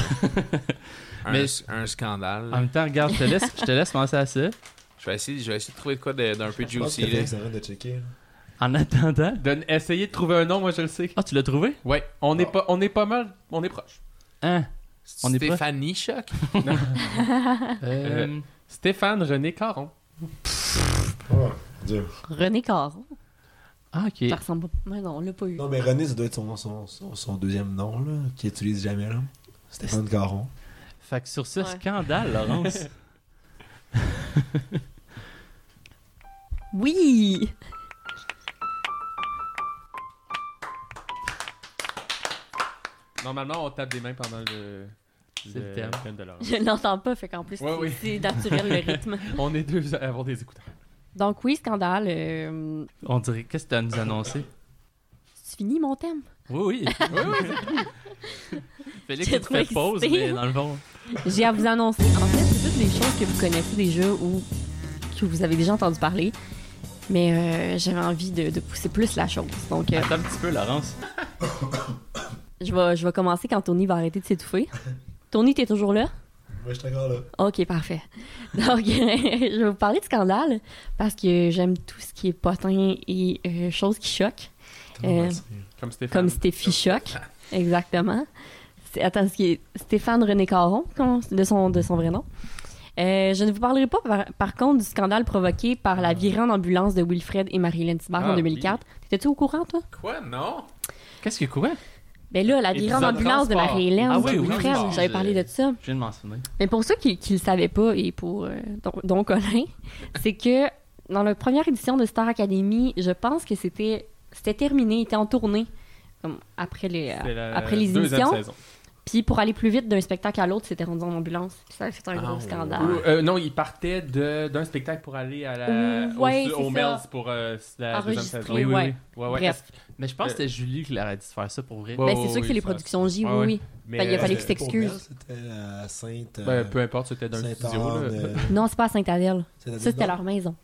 Speaker 3: un-
Speaker 1: Mais- Ah.
Speaker 3: un scandale.
Speaker 1: En même temps, regarde, je te laisse, je te laisse penser à ça.
Speaker 3: Je, vais essayer, je vais essayer de trouver de quoi de- d'un peu
Speaker 2: Je pense
Speaker 3: juicy.
Speaker 2: que
Speaker 3: là.
Speaker 2: Félix arrête de checker. là.
Speaker 1: En attendant.
Speaker 5: Donne, essayez de trouver un nom, moi je le sais.
Speaker 1: Ah, tu l'as trouvé
Speaker 5: Ouais, on est pas, on est pas mal, on est proche.
Speaker 1: Hein On est pas-
Speaker 3: Stéphanie Choc
Speaker 1: Euh,
Speaker 5: Stéphane René Caron.
Speaker 2: Oh, Dieu.
Speaker 4: René Caron.
Speaker 1: Ah, ok.
Speaker 4: Ça ressemble pas. Mais non, on l'a pas eu.
Speaker 2: Non, mais René, ça doit être son, son, son, son deuxième nom, là, qu'il utilise jamais, là. Stéphane Caron.
Speaker 1: Fait que sur ce
Speaker 4: Ouais.
Speaker 1: scandale, Laurence.
Speaker 4: Oui!
Speaker 5: Normalement, on tape des mains pendant le.
Speaker 1: C'est le thème.
Speaker 5: de l'heure.
Speaker 4: Je l'entends pas, fait qu'en plus,
Speaker 5: Ouais,
Speaker 4: c'est-
Speaker 5: oui.
Speaker 4: c'est naturel le rythme.
Speaker 5: On est deux à avoir des écouteurs.
Speaker 4: Donc, oui, scandale. euh,
Speaker 1: On dirait, qu'est-ce que tu as à nous annoncer
Speaker 4: C'est fini mon thème?
Speaker 1: Oui, oui. Félix,
Speaker 4: J'ai
Speaker 1: tu
Speaker 4: trop
Speaker 1: fais pause,
Speaker 4: excité.
Speaker 1: mais dans le fond.
Speaker 4: J'ai à vous annoncer, en fait, c'est toutes les choses que vous connaissez déjà ou que vous avez déjà entendu parler. Mais euh, j'avais envie de, de pousser plus la chose. Donc, euh,
Speaker 1: Attends un petit peu, Laurence.
Speaker 4: je, vais, je vais commencer quand Tony va arrêter de s'étouffer. Tony, t'es toujours là?
Speaker 2: Moi, je suis d'accord, là.
Speaker 4: Ok, parfait. Donc, je vais vous parler de scandale parce que j'aime tout ce qui est potin et euh, choses qui choquent. Euh,
Speaker 5: Comme Stéphane.
Speaker 4: comme Stéphie Choc. Exactement. C'est- Attends, ce qui est Stéphane René Caron, comment- de son, de son vrai nom. Euh, je ne vous parlerai pas, par, par contre, du scandale provoqué par la virée en ambulance de Wilfred et Marie-Hélène Thibard
Speaker 5: Ah,
Speaker 4: en 2004. T'étais-tu au courant, toi?
Speaker 3: Quoi, non
Speaker 1: Qu'est-ce que quoi
Speaker 4: Ben là, la virée en
Speaker 5: Épisode
Speaker 4: ambulance de
Speaker 5: transport.
Speaker 4: Marie-Hélène,
Speaker 1: Ah
Speaker 4: de
Speaker 1: oui, oui,
Speaker 4: Wilfred,
Speaker 1: oui,
Speaker 4: j'avais
Speaker 1: je-
Speaker 4: parlé de ça.
Speaker 1: Je viens de m'en souvenir.
Speaker 4: Mais pour ceux qui ne le savaient pas, et pour euh, Don, Don Colin, c'est que dans la première édition de Star Academy, je pense que c'était c'était terminé, il était en tournée comme après les, euh,
Speaker 5: C'est la
Speaker 4: après les
Speaker 5: deuxième
Speaker 4: émissions.
Speaker 5: saison.
Speaker 4: Puis pour aller plus vite d'un spectacle à l'autre, c'était rendu en ambulance. Puis ça, c'était un
Speaker 3: Ah,
Speaker 4: gros
Speaker 3: ouais.
Speaker 5: Ou,
Speaker 4: scandale.
Speaker 5: euh, non, il partait de- d'un spectacle pour aller à la,
Speaker 4: Ouh, ouais,
Speaker 5: au, au
Speaker 4: c'est
Speaker 5: Mills
Speaker 4: ça.
Speaker 5: pour euh, la deuxième
Speaker 4: Enregistrer,
Speaker 5: saison.
Speaker 4: ouais.
Speaker 5: Ouais, ouais.
Speaker 4: Bref.
Speaker 1: Mais je pense que c'était Julie qui leur a dit de faire ça pour vrai.
Speaker 5: Ouais.
Speaker 4: Ben, c'est sûr que c'est les
Speaker 5: ça-
Speaker 4: productions J,
Speaker 5: ouais,
Speaker 4: oui,
Speaker 5: ouais.
Speaker 4: oui.
Speaker 5: Mais,
Speaker 4: Ben, il a
Speaker 5: euh,
Speaker 4: fallu que
Speaker 2: Euh,
Speaker 4: tu t'excuses.
Speaker 2: pour Mel, C'était à Sainte. euh,
Speaker 5: ben, peu importe, c'était d'un studio.
Speaker 2: Sainte-Anne,
Speaker 5: là.
Speaker 2: euh,
Speaker 4: Non, c'est pas à Sainte-Adèle.
Speaker 2: Sainte-Anne-
Speaker 4: Ça, c'était
Speaker 2: non?
Speaker 4: leur maison.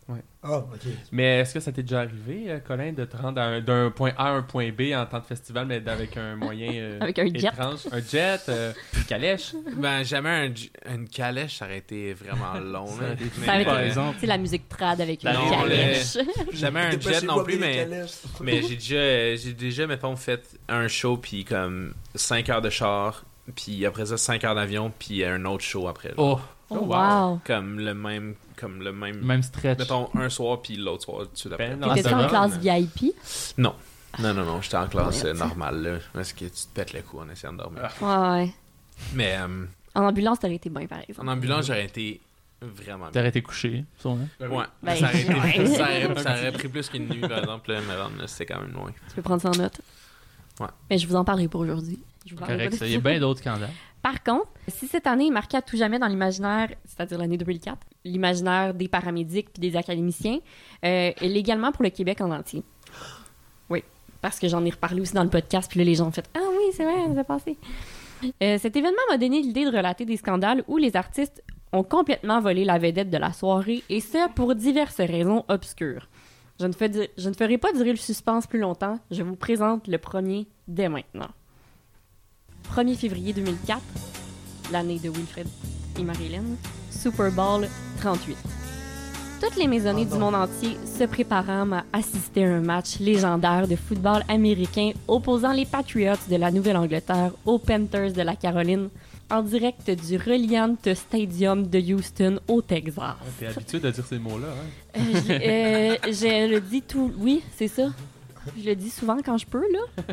Speaker 2: Ah, ok.
Speaker 5: Mais est-ce que ça t'est déjà arrivé, euh, Colin, de te rendre à un- d'un point A à un point B en temps de festival, mais avec un moyen euh,
Speaker 4: Avec un jet.
Speaker 5: étrange? Un jet, euh, une calèche.
Speaker 3: Ben, jamais un j- une calèche, ça aurait été vraiment long. là. Mais,
Speaker 4: Ça avait
Speaker 1: par
Speaker 3: euh,
Speaker 1: exemple.
Speaker 4: C'est la musique trad avec une
Speaker 3: Non,
Speaker 4: calèche.
Speaker 3: Jamais un jet
Speaker 2: Dépêchez-moi,
Speaker 3: non plus,
Speaker 2: les
Speaker 3: mais.
Speaker 2: calèches.
Speaker 3: Mais j'ai déjà, euh, j'ai déjà, mettons, fait un show, puis comme 5 heures de char, puis après ça, 5 heures d'avion, puis un autre show après. là.
Speaker 1: Oh, Mm.
Speaker 4: Oh,
Speaker 5: Oh, wow.
Speaker 4: wow.
Speaker 3: Comme le même, comme le même,
Speaker 1: même stretch.
Speaker 3: mettons, un soir, puis l'autre soir, tu
Speaker 5: Ben, non,
Speaker 1: Ah,
Speaker 4: T'étais-tu
Speaker 1: ça
Speaker 4: en
Speaker 1: va.
Speaker 4: classe VIP?
Speaker 3: Non, non, non, j'étais en classe euh, normale, là, parce que tu te pètes le cou en essayant de dormir.
Speaker 4: Ouais, ouais.
Speaker 3: Mais euh,
Speaker 4: En ambulance, t'aurais été bien, par exemple.
Speaker 3: en ambulance, j'aurais été vraiment bien.
Speaker 1: T'aurais été couché, hein? sûrement.
Speaker 3: Ouais,
Speaker 4: Ben,
Speaker 3: ça, aurait été-
Speaker 4: ouais.
Speaker 3: ça aurait- ça aurait pris plus qu'une nuit, par exemple, là, mais bon, là, c'était quand même loin.
Speaker 4: Tu peux prendre ça en note.
Speaker 3: Ouais.
Speaker 4: Mais je vous en parlerai pour aujourd'hui. Je vous parlerai
Speaker 1: Correct,
Speaker 4: pas
Speaker 1: ça.
Speaker 4: de
Speaker 1: Il y a bien d'autres scandales.
Speaker 4: Par contre, si cette année est marquée à tout jamais dans l'imaginaire, c'est-à-dire l'année 2004, l'imaginaire des paramédics puis des académiciens, euh, elle est également pour le Québec en entier. Oui, parce que j'en ai reparlé aussi dans le podcast, puis là, les gens ont fait Ah oui, c'est vrai, ça a passé. Euh, cet événement m'a donné l'idée de relater des scandales où les artistes ont complètement volé la vedette de la soirée, et ce, pour diverses raisons obscures. Je ne, fais du- je ne ferai pas durer le suspense plus longtemps. Je vous présente le premier dès maintenant. 1er février 2004, l'année de Wilfred et Marilyn, Super Bowl 38. Toutes les maisonnées
Speaker 2: Oh
Speaker 4: du
Speaker 2: non.
Speaker 4: monde entier se préparant à assister à un match légendaire de football américain opposant les Patriots de la Nouvelle-Angleterre aux Panthers de la Caroline en direct du Reliant Stadium de Houston au Texas.
Speaker 5: Ouais, T'es habitué de dire ces mots-là. Hein?
Speaker 4: Euh, je, euh, je le dis tout. Oui, c'est ça. Je le dis souvent quand je peux, là.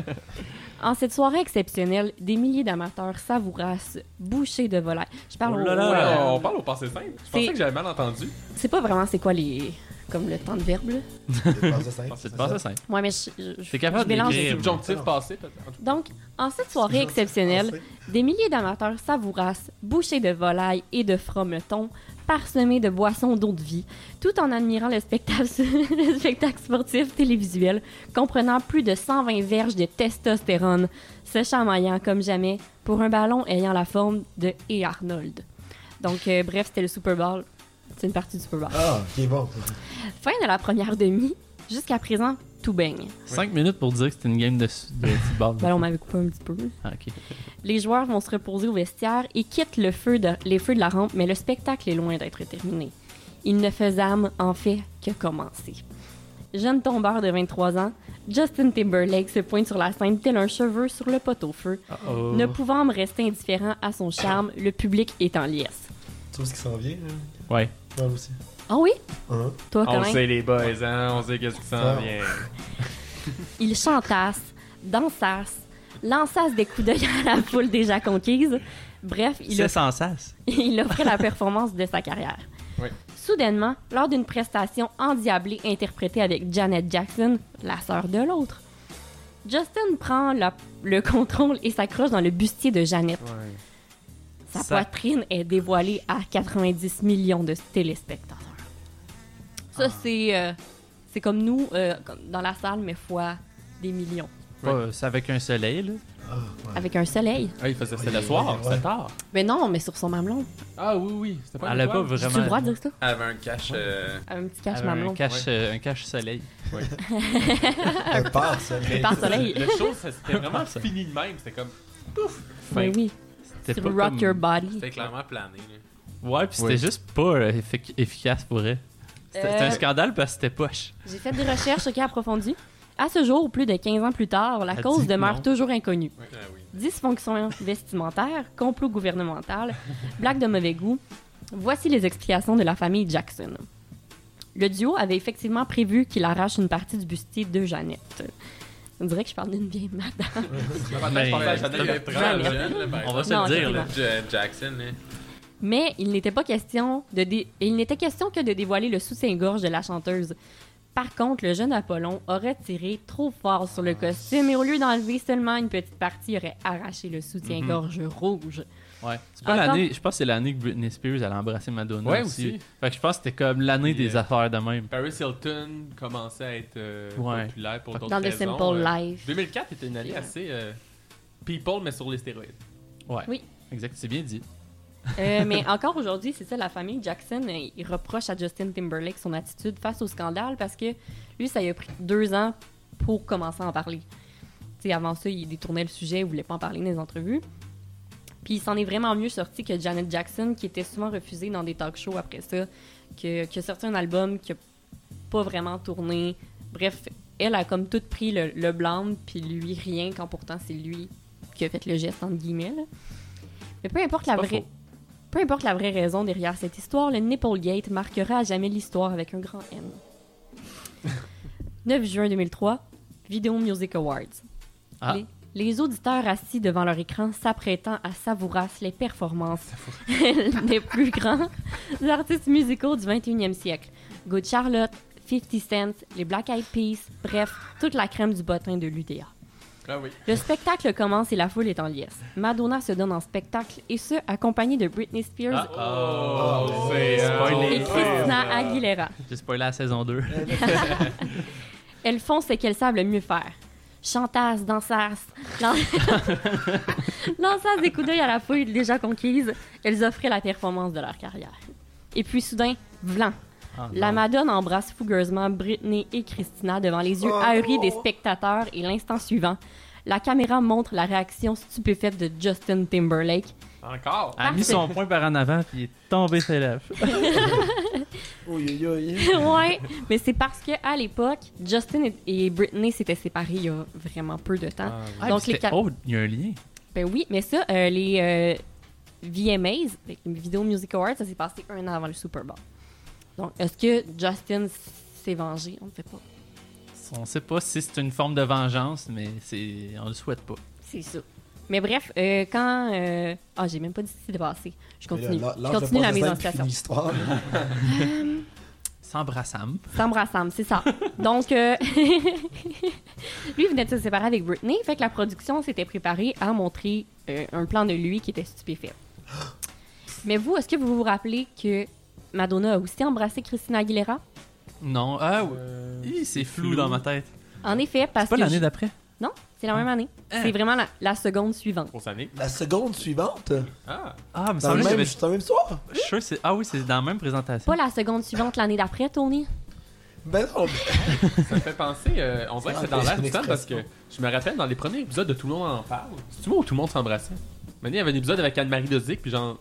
Speaker 4: En cette soirée exceptionnelle, des milliers d'amateurs savourassent, bouchés de volailles. Je parle
Speaker 5: Oh là
Speaker 4: au-
Speaker 5: là,
Speaker 4: au-
Speaker 5: on parle au passé simple. Je
Speaker 4: C'est-
Speaker 5: pensais que j'avais mal entendu.
Speaker 4: C'est pas vraiment c'est quoi les. comme le temps de verbe, là.
Speaker 1: C'est
Speaker 2: C'est
Speaker 1: pas
Speaker 2: ça.
Speaker 1: ça simple.
Speaker 4: Moi, mais je. je- je-
Speaker 1: T'es capable
Speaker 4: je mélange-
Speaker 1: d'écrire.
Speaker 5: Subjonctif passé, peut-être.
Speaker 4: Donc, en cette soirée
Speaker 5: Ah,
Speaker 4: exceptionnelle, Des milliers d'amateurs savourassent, bouchés de volailles et de frometons, parsemés de boissons d'eau de vie, tout en admirant le spectacle, le spectacle sportif télévisuel, comprenant plus de 120 verges de testostérone, se chamaillant comme jamais pour un ballon ayant la forme de et Arnold. Donc, euh, bref, c'était le Super Bowl. C'est une partie du Super Bowl.
Speaker 2: Ah, ok, bon.
Speaker 4: Fin de la première demi, jusqu'à présent, tout baigne.
Speaker 1: 5 minutes pour dire que c'était une game de, de football.
Speaker 4: Ben, on m'avait coupé un petit peu.
Speaker 1: Ah, ok.
Speaker 4: Les joueurs vont se reposer au vestiaire et quittent le feu de- les feux de la rampe, mais le spectacle est loin d'être terminé. Il ne faisâme en fait que commencer. Jeune tombeur de 23 ans, Justin Timberlake se pointe sur la scène tel un cheveu sur le pot-au-feu.
Speaker 1: Oh.
Speaker 4: Ne pouvant me rester indifférent à son charme, le public est en liesse.
Speaker 2: Tu vois ce qui s'en vient, là?
Speaker 1: Ouais.
Speaker 2: Moi aussi.
Speaker 4: Ah oui?
Speaker 2: Hein?
Speaker 4: Toi,
Speaker 5: On
Speaker 4: Colin?
Speaker 5: sait les boys, hein? On sait qu'est-ce qui s'en
Speaker 2: Ça.
Speaker 5: vient.
Speaker 4: Ils chantassent, dansassent, lançassent des coups d'œil à la foule déjà conquise. Bref, il
Speaker 1: C'est sans sas.
Speaker 4: il offrait la performance de sa carrière.
Speaker 5: Oui.
Speaker 4: Soudainement, lors d'une prestation endiablée interprétée avec Janet Jackson, la sœur de l'autre, Justin prend la- le contrôle et s'accroche dans le bustier de Janet.
Speaker 5: Ouais.
Speaker 4: Sa
Speaker 1: Ça-
Speaker 4: poitrine est dévoilée à 90 millions de téléspectateurs. Ça,
Speaker 1: Ah.
Speaker 4: c'est euh, c'est comme nous, euh, comme dans la salle, mais fois des millions.
Speaker 1: Pas, euh, C'est avec un soleil, là.
Speaker 2: Ah, ouais.
Speaker 4: Avec un soleil.
Speaker 5: Ah, il faisait ça le
Speaker 2: Ouais,
Speaker 5: soir,
Speaker 2: ouais.
Speaker 5: c'était tard.
Speaker 4: Mais non, mais sur son mamelon.
Speaker 5: Ah oui, oui, c'était pas
Speaker 1: Elle a pas
Speaker 5: vrai.
Speaker 4: J'ai-tu le droit
Speaker 1: vraiment.
Speaker 4: de dire ça?
Speaker 3: Elle avait un cache. euh,
Speaker 4: Un petit cache
Speaker 1: elle avait
Speaker 4: mamelon.
Speaker 1: un cache, euh, un cache soleil.
Speaker 2: Elle part, ça. mais-
Speaker 4: Par soleil.
Speaker 5: Le show, ça- c'était vraiment
Speaker 1: Ça.
Speaker 5: fini de même. C'était comme.
Speaker 4: Mais Ben oui.
Speaker 1: C'était
Speaker 4: Sur
Speaker 1: pas
Speaker 4: Rock
Speaker 1: comme-
Speaker 4: Your Body.
Speaker 3: C'était clairement plané. là.
Speaker 1: Ouais, puis c'était
Speaker 5: Oui.
Speaker 1: juste pas euh, effic- efficace pour elle. C'était c'était
Speaker 4: Euh,
Speaker 1: un scandale parce que c'était poche.
Speaker 4: J'ai fait des recherches qui approfondies. À ce jour, plus de 15 ans plus tard, la
Speaker 1: Elle
Speaker 4: cause
Speaker 1: dit
Speaker 4: demeure
Speaker 1: non.
Speaker 4: toujours inconnue.
Speaker 3: Ah oui.
Speaker 4: Dysfonction vestimentaire, complot gouvernemental, blague de mauvais goût. Voici les explications de la famille Jackson. Le duo avait effectivement prévu qu'il arrache une partie du bustier de Jeannette. On dirait que je parle d'une vieille madame.
Speaker 3: Je pensais
Speaker 1: Mais-
Speaker 3: à Chanel, il y avait
Speaker 1: Jamais.
Speaker 3: trente jeunes, là, par
Speaker 1: On va
Speaker 3: exemple.
Speaker 1: se
Speaker 4: Non,
Speaker 1: le dire,
Speaker 4: c'est
Speaker 1: là.
Speaker 4: bon.
Speaker 3: J- Jackson, là.
Speaker 4: Mais il n'était pas question de dé- il n'était question que de dévoiler le soutien-gorge de la chanteuse. Par contre, le jeune Apollon aurait tiré trop fort sur le costume et au lieu d'enlever seulement une petite partie, il aurait arraché le soutien-gorge rouge.
Speaker 1: Ouais. C'est pas
Speaker 4: Encore-
Speaker 1: l'année, je pense que c'est l'année que Britney Spears allait embrasser Madonna
Speaker 5: Ouais,
Speaker 1: aussi.
Speaker 5: aussi.
Speaker 1: Fait que je pense que c'était comme l'année
Speaker 5: Puis,
Speaker 1: des
Speaker 5: euh,
Speaker 1: affaires de même.
Speaker 5: Paris Hilton commençait à être euh,
Speaker 1: Ouais.
Speaker 5: populaire pour
Speaker 1: Dans
Speaker 5: d'autres
Speaker 4: Dans le
Speaker 5: raisons,
Speaker 4: Simple
Speaker 5: euh.
Speaker 4: Life.
Speaker 5: 2004 était une année
Speaker 4: Yeah.
Speaker 5: assez. euh, people, mais sur les stéroïdes.
Speaker 1: Ouais.
Speaker 4: Oui.
Speaker 1: Exact, c'est bien dit.
Speaker 4: Euh, mais encore aujourd'hui, c'est ça, la famille Jackson, euh, il reproche à Justin Timberlake son attitude face au scandale parce que lui, ça lui a pris deux ans pour commencer à en parler. Tu sais, avant ça, il détournait le sujet, il voulait pas en parler dans les entrevues. Puis il s'en est vraiment mieux sorti que Janet Jackson, qui était souvent refusée dans des talk shows après ça, que- qui a sorti un album qui a pas vraiment tourné. Bref, elle a comme tout pris le, le blâme, puis lui rien, quand pourtant c'est lui qui a fait le geste, entre guillemets. là. Mais peu importe la
Speaker 5: pas
Speaker 4: vraie...
Speaker 5: faux.
Speaker 4: Peu importe la vraie raison derrière cette histoire, le Nipplegate marquera à jamais l'histoire avec un grand N. 9 juin 2003, Video Music Awards.
Speaker 1: Ah.
Speaker 4: Les, les auditeurs assis devant leur écran s'apprêtant à savouras les performances des plus grands artistes musicaux du 21e siècle. Good Charlotte, 50 Cent, les Black Eyed Peas, bref, toute la crème du bottin de l'UDA.
Speaker 5: Ah oui.
Speaker 4: Le spectacle commence et la foule est en liesse. Madonna se donne en spectacle et ce, accompagnée de Britney Spears
Speaker 3: Oh,
Speaker 5: Ah, c'est euh,
Speaker 4: et
Speaker 5: spoilé.
Speaker 4: Christina Aguilera.
Speaker 1: J'ai spoilé la saison 2.
Speaker 4: Elles font ce qu'elles savent le mieux faire. Chanteuses, danseuses, lan- lanceuses des coups d'œil à la foule déjà conquise, elles offraient la performance de leur carrière. Et puis soudain, blanc,
Speaker 1: Ah,
Speaker 4: la
Speaker 1: non.
Speaker 4: Madone embrasse fougueusement Britney et Christina devant les yeux
Speaker 2: Oh
Speaker 4: ahuris
Speaker 2: non.
Speaker 4: des spectateurs et l'instant suivant, la caméra montre la réaction stupéfaite de Justin Timberlake.
Speaker 5: Encore.
Speaker 1: Elle a mis son poing par en avant puis il est tombé ses lèvres.
Speaker 2: Oui, oui, oui.
Speaker 4: ouais, mais c'est parce que à l'époque, Justin et- et Britney s'étaient séparés il y a vraiment peu de temps.
Speaker 1: Ah,
Speaker 4: Donc,
Speaker 1: puis
Speaker 4: les
Speaker 1: c'était-
Speaker 4: quatre-
Speaker 1: Oh, il y a un lien.
Speaker 4: Ben oui, mais ça, euh, les euh, VMAs, les Video Music Awards, ça s'est passé un an avant le Super Bowl. Donc, est-ce que Justin s'est vengé? On ne sait pas.
Speaker 1: On sait pas si c'est une forme de vengeance, mais c'est on le souhaite pas.
Speaker 4: C'est ça. Mais bref, euh, quand... euh, Ah, j'ai même pas dit ce qui s'est passé. Je continue.
Speaker 2: Là, là,
Speaker 4: je
Speaker 2: je
Speaker 4: continue
Speaker 2: pense
Speaker 4: la
Speaker 2: que
Speaker 4: mise
Speaker 2: c'est
Speaker 4: en
Speaker 2: puis
Speaker 4: situation.
Speaker 2: l'histoire.
Speaker 1: S'embrassam.
Speaker 4: S'embrassam, c'est ça. Donc, euh, lui venait de se séparer avec Britney, fait que la production s'était préparée à montrer euh, un plan de lui qui était stupéfait. Mais vous, est-ce que vous vous rappelez que Madonna a aussi embrassé Christina Aguilera?
Speaker 1: Non, ah oui. Hi, c'est flou, dans ma tête.
Speaker 4: En effet, parce
Speaker 1: C'est pas
Speaker 4: que...
Speaker 1: l'année
Speaker 4: je-
Speaker 1: d'après.
Speaker 4: Non, c'est la même année.
Speaker 1: Hein?
Speaker 4: C'est vraiment la, la seconde suivante.
Speaker 5: Pour année.
Speaker 2: La seconde suivante,
Speaker 5: Ah.
Speaker 1: Ah, mais
Speaker 2: dans
Speaker 1: ça
Speaker 2: le
Speaker 1: me semblait
Speaker 2: même,
Speaker 1: que j'avais-
Speaker 2: dans le même soir.
Speaker 1: je suis sûr que c'est ah oui, c'est dans la même présentation.
Speaker 4: Pas la seconde suivante l'année d'après, Tony?
Speaker 2: Ben non,
Speaker 5: Ça me fait penser, euh, on dirait que c'est dans l'air du temps parce que je me rappelle dans les premiers épisodes de Tout le monde en parle. C'est-tu moi où tout le monde s'embrassait? Maintenant, il y avait un épisode avec Anne-Marie Dozic, puis genre,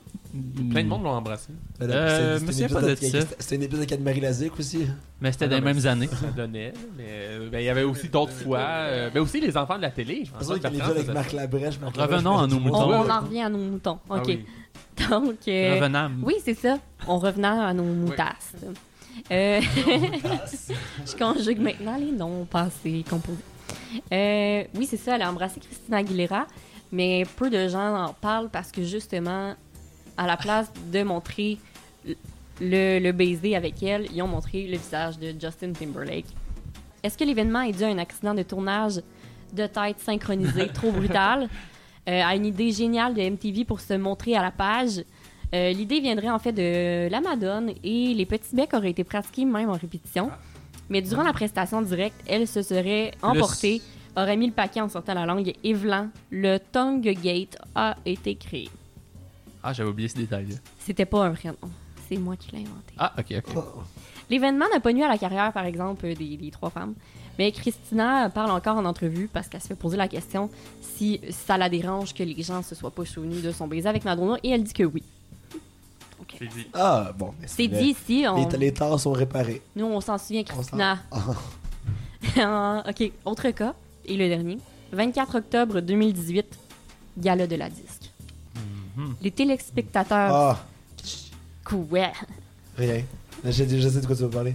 Speaker 5: plein de monde l'ont embrassé.
Speaker 2: Ben non,
Speaker 1: Euh,
Speaker 2: c'est- c'est
Speaker 1: monsieur,
Speaker 2: un épisode
Speaker 1: pas de
Speaker 2: qui-
Speaker 1: ça.
Speaker 2: C'est un épisode avec Anne-Marie Lazic aussi.
Speaker 1: Mais c'était
Speaker 5: Ah,
Speaker 1: dans les
Speaker 5: non, mais
Speaker 1: mêmes années.
Speaker 5: Ça donnait, mais euh, ben, il y avait aussi d'autres fois. euh, mais aussi les enfants de la télé. Je
Speaker 2: C'est
Speaker 5: pense
Speaker 2: pour ça qu'il y a l'épisode avec Marc Labrèche. Marc Labrèche,
Speaker 1: Revenons à
Speaker 2: Marc
Speaker 1: nos
Speaker 2: Dumont.
Speaker 4: On,
Speaker 1: moutons.
Speaker 4: on en revient à nos moutons.
Speaker 1: Ah
Speaker 5: Ah
Speaker 4: OK. Donc... euh,
Speaker 1: Revenam.
Speaker 4: Oui, c'est ça. On revenait à nos moutasses. Euh, je conjugue maintenant les noms passés composés. Euh, oui, c'est ça. Elle a embrassé Christina Aguilera, mais peu de gens en parlent parce que justement, à la place de montrer le, le baiser avec elle, ils ont montré le visage de Justin Timberlake. Est-ce que l'événement est dû à un accident de tournage de tête synchronisée trop brutal, euh, à une idée géniale de MTV pour se montrer à la page? Euh, L'idée viendrait en fait de la Madone et les petits becs auraient été pratiqués même en répétition. Mais durant la prestation directe, elle se serait emportée, aurait mis le paquet en sortant la langue et vlan, le tongue gate a été créé.
Speaker 1: Ah, j'avais oublié ce détail. là.
Speaker 4: C'était pas un vrai nom. C'est moi qui l'ai inventé.
Speaker 1: Ah, OK, OK.
Speaker 4: L'événement n'a pas nu à la carrière, par exemple, euh, des, des trois femmes. Mais Christina parle encore en entrevue parce qu'elle se fait poser la question si ça la dérange que les gens se soient pas souvenus de son baiser avec Madonna et elle dit que oui. Ok.
Speaker 5: J'ai dit.
Speaker 2: Ah, bon. mais
Speaker 4: C'est
Speaker 2: vrai.
Speaker 4: dit ici. On...
Speaker 2: Les, les torts sont réparés.
Speaker 4: Nous, on s'en souvient,
Speaker 2: On s'en-
Speaker 4: Christina.
Speaker 2: Ah.
Speaker 4: Euh, OK, autre cas, et le dernier. 24 octobre 2018, gala de la disque. Les téléspectateurs...
Speaker 2: Mhm. Ah,
Speaker 4: Quoi?
Speaker 2: rien. J'ai déjà sais de quoi tu veux parler.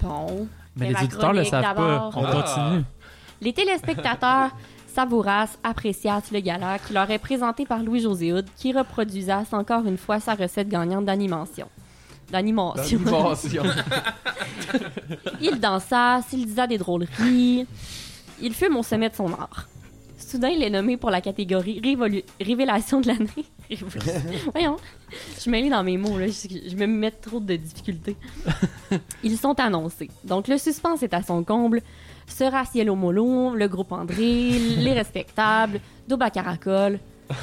Speaker 4: Bon...
Speaker 1: Mais
Speaker 4: la
Speaker 1: les auditeurs le
Speaker 4: chronique
Speaker 1: savent pas.
Speaker 4: d'abord.
Speaker 1: On
Speaker 5: Ah.
Speaker 1: continue.
Speaker 4: Les téléspectateurs savourassent, appréciassent le gala qui leur est présenté par Louis-José Houd, qui reproduisasse encore une fois sa recette gagnante d'animation. D'animation.
Speaker 5: Animation.
Speaker 4: Il dansa, s'il disait des drôleries. Il fume au sommet de son art. Soudain, il est nommé pour la catégorie révolu- Révélation de l'année. Révolu- Voyons, je suis mêlée dans mes mots, là. Je, je me mets trop de difficultés. Ils sont annoncés. Donc, le suspense est à son comble. Sera Cielo Molo, le groupe André, les respectables, Doba Caracol.
Speaker 2: Peu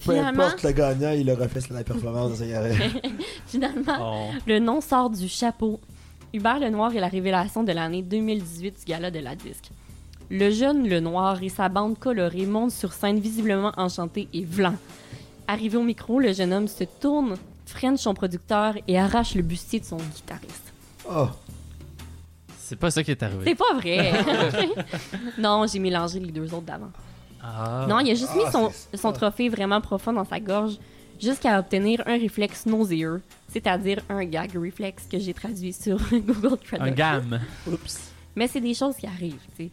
Speaker 4: Finalement,
Speaker 2: importe le gagnant, il aura fait la performance de sa carrière.
Speaker 4: finalement,
Speaker 1: Oh.
Speaker 4: Le nom sort du chapeau. Hubert Lenoir est la révélation de l'année 2018 du gala de la disque. Le jeune Lenoir et sa bande colorée montent sur scène visiblement enchantés et blancs. Arrivé au micro, le jeune homme se tourne, freine son producteur et arrache le bustier de son guitariste.
Speaker 2: Oh,
Speaker 1: C'est pas ça qui est arrivé.
Speaker 4: C'est pas vrai! non, j'ai mélangé les deux autres d'avant.
Speaker 1: Ah.
Speaker 4: Non, il a juste mis
Speaker 2: Ah,
Speaker 4: son,
Speaker 2: c'est-
Speaker 4: son trophée vraiment profond dans sa gorge jusqu'à obtenir un réflexe nauséeux, c'est-à-dire un gag réflexe que j'ai traduit sur Google
Speaker 1: un
Speaker 4: Translate.
Speaker 1: gamme.
Speaker 2: oups.
Speaker 4: Mais c'est des choses qui arrivent, tu sais.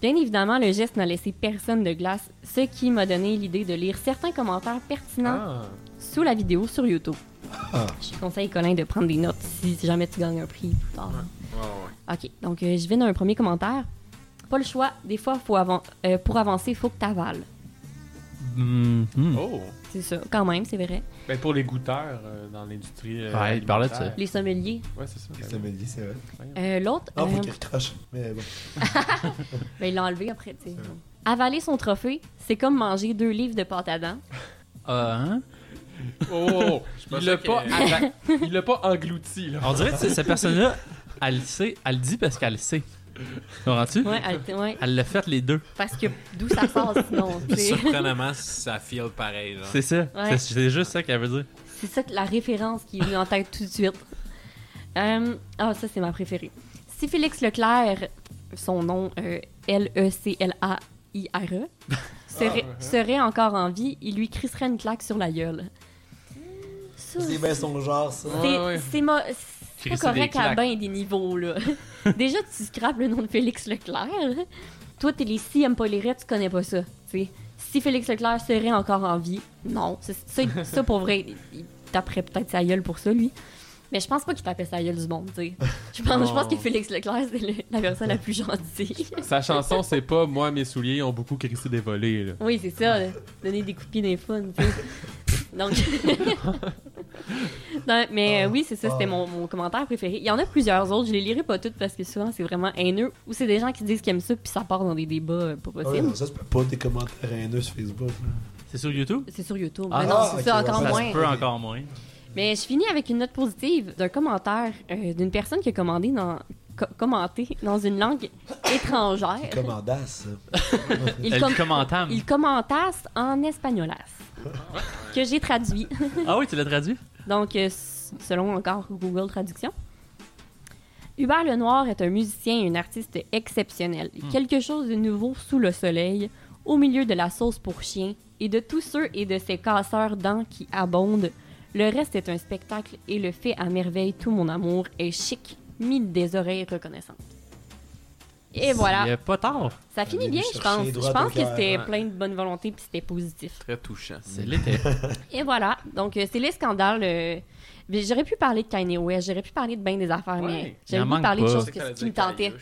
Speaker 4: Bien évidemment, le geste n'a laissé personne de glace, ce qui m'a donné l'idée de lire certains commentaires pertinents
Speaker 5: Ah.
Speaker 4: sous la vidéo sur YouTube.
Speaker 2: Ah.
Speaker 4: Je te conseille, Colin, de prendre des notes si jamais tu gagnes un prix plus tard.
Speaker 3: Ouais, ouais.
Speaker 4: OK, donc euh, je vais dans un premier commentaire. Pas le choix. Des fois, faut avan- euh, pour avancer, il faut que t'avales.
Speaker 1: Hum, hum.
Speaker 5: Oh!
Speaker 4: C'est ça, quand même, c'est vrai.
Speaker 5: Ben pour les goûteurs euh, dans l'industrie. euh,
Speaker 1: Ouais, il parlait de ça.
Speaker 5: alimentaire.
Speaker 4: Les sommeliers.
Speaker 5: Ouais, c'est ça.
Speaker 2: Ça me dit, c'est vrai.
Speaker 4: Euh, L'autre,
Speaker 2: Ah, faut
Speaker 4: euh,
Speaker 2: qu'il recroche. Mais bon.
Speaker 4: ben, il l'a enlevé après. tu sais. Avaler son trophée, c'est comme manger deux livres de pâte à dents.
Speaker 1: Ah, hein?
Speaker 5: Oh, oh, oh. il
Speaker 3: pensais
Speaker 5: l'a
Speaker 3: que-
Speaker 5: pas, ava- il l'a pas englouti là.
Speaker 1: On dirait que tu sais, cette personne-là, elle le sait, elle le dit parce qu'elle le sait. Comprends-tu?
Speaker 4: Ouais, elle- ouais,
Speaker 1: Elle l'a fait les deux.
Speaker 4: parce que d'où ça sort sinon. tu
Speaker 3: Puis
Speaker 4: sais.
Speaker 3: surprenamment, ça feel pareil. genre.
Speaker 1: C'est ça. C'est
Speaker 4: Ouais.
Speaker 1: c'est juste ça qu'elle veut dire.
Speaker 4: C'est ça que la référence qui est venue en tête tout de suite. Euh, Ah, ça, c'est ma préférée. Si Félix Leclerc, son nom euh, L-E-C-L-A-I-R-E, E,
Speaker 2: Ah,
Speaker 4: serait, serait encore en vie, il lui crisserait une claque sur la gueule. Ça,
Speaker 2: C'est bien son genre, ça.
Speaker 4: c'est
Speaker 5: Ouais, ouais.
Speaker 4: c'est ma- c'est
Speaker 3: Crisser
Speaker 4: pas
Speaker 3: des
Speaker 4: correct à
Speaker 3: claques.
Speaker 4: bien des niveaux, là. Déjà, tu scrapes le nom de Félix Leclerc. Toi, t'es les si Poliret, tu connais pas ça. tu sais. Si Félix Leclerc serait encore en vie, non. Ça, ça, ça, pour vrai, il- il taperait peut-être sa gueule pour ça, lui. Mais je pense pas qu'il tapait sa gueule du monde, tu sais. Je pense, je pense
Speaker 5: Non.
Speaker 4: que Félix Leclerc, c'est le- la personne la plus gentille.
Speaker 5: Sa chanson, c'est pas Moi, mes souliers ont beaucoup crissé des volets. Là.
Speaker 4: Oui, c'est ça. là. Donner des coups de pied dans les fun, tu sais. Donc. non, mais euh, oui, c'est ça, c'était mon, mon commentaire préféré. Il y en a plusieurs autres, je les lirai pas toutes parce que souvent c'est vraiment haineux ou c'est des gens qui disent qu'ils aiment ça puis ça part dans des débats euh, pas
Speaker 2: Ah ouais,
Speaker 4: possibles.
Speaker 2: non, ça, tu peux pas tes commentaires haineux sur Facebook.
Speaker 1: C'est sur YouTube?
Speaker 4: C'est sur YouTube.
Speaker 1: Ah,
Speaker 4: mais non,
Speaker 2: ah,
Speaker 4: c'est
Speaker 2: ok,
Speaker 4: ça,
Speaker 2: ouais,
Speaker 4: encore
Speaker 2: ça se
Speaker 1: Ça
Speaker 4: moins.
Speaker 1: se peut encore moins.
Speaker 4: Mais je finis avec une note positive d'un commentaire euh, d'une personne qui a commandé dans, co- commenté dans une langue étrangère.
Speaker 2: Commandasse.
Speaker 4: Il,
Speaker 1: Elle
Speaker 4: com-
Speaker 1: dit commentame.
Speaker 4: il commentasse en espagnolas que j'ai traduit.
Speaker 1: Ah oui, tu l'as traduit?
Speaker 4: Donc, euh, s- selon encore Google Traduction, Hubert Lenoir est un musicien et un artiste exceptionnel. Quelque chose de nouveau sous le soleil, au milieu de la sauce pour chien et de tous ceux et de ces casseurs dents qui abondent. Le reste est un spectacle et le fait à merveille tout mon amour est chic, mille des oreilles reconnaissantes. Et voilà,
Speaker 1: C'est pas tard.
Speaker 4: ça finit
Speaker 2: Allez
Speaker 4: bien,
Speaker 2: nous
Speaker 4: je
Speaker 2: chercher
Speaker 4: pense.
Speaker 2: droit
Speaker 4: Je pense
Speaker 2: au
Speaker 4: que
Speaker 2: cœur,
Speaker 4: c'était
Speaker 3: ouais.
Speaker 4: plein de bonne volonté puis c'était positif.
Speaker 3: Très touchant.
Speaker 1: C'est l'été.
Speaker 4: Et voilà. Donc, euh, c'est les scandales. euh, mais J'aurais pu parler de Kanye West, j'aurais pu parler de bien des affaires,
Speaker 5: Ouais.
Speaker 4: mais
Speaker 1: Il en
Speaker 4: j'aurais pu
Speaker 1: manque
Speaker 4: parler de
Speaker 1: pas.
Speaker 4: choses
Speaker 3: C'est
Speaker 4: que-
Speaker 3: que t'allais
Speaker 4: qui me
Speaker 3: dire
Speaker 4: tentaient.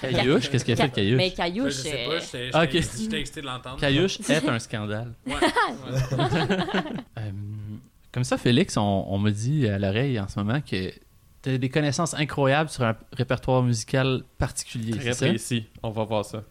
Speaker 3: Caillouche.
Speaker 1: Caillouche, qu'est-ce qu'elle fait de Caillouche?
Speaker 4: Mais
Speaker 3: Ouais,
Speaker 4: Caillouche,
Speaker 3: Ben, Je sais pas,
Speaker 4: euh,
Speaker 3: j'étais
Speaker 1: Ah,
Speaker 3: j'étais-
Speaker 1: ok.
Speaker 3: j'étais excité de l'entendre.
Speaker 1: Caillouche est un scandale.
Speaker 3: Ouais, ouais.
Speaker 1: Euh, comme ça, Félix, on, on me dit à l'oreille en ce moment que t'as des connaissances incroyables sur un répertoire musical particulier,
Speaker 5: Très
Speaker 1: c'est ça?
Speaker 5: précis. On va voir ça.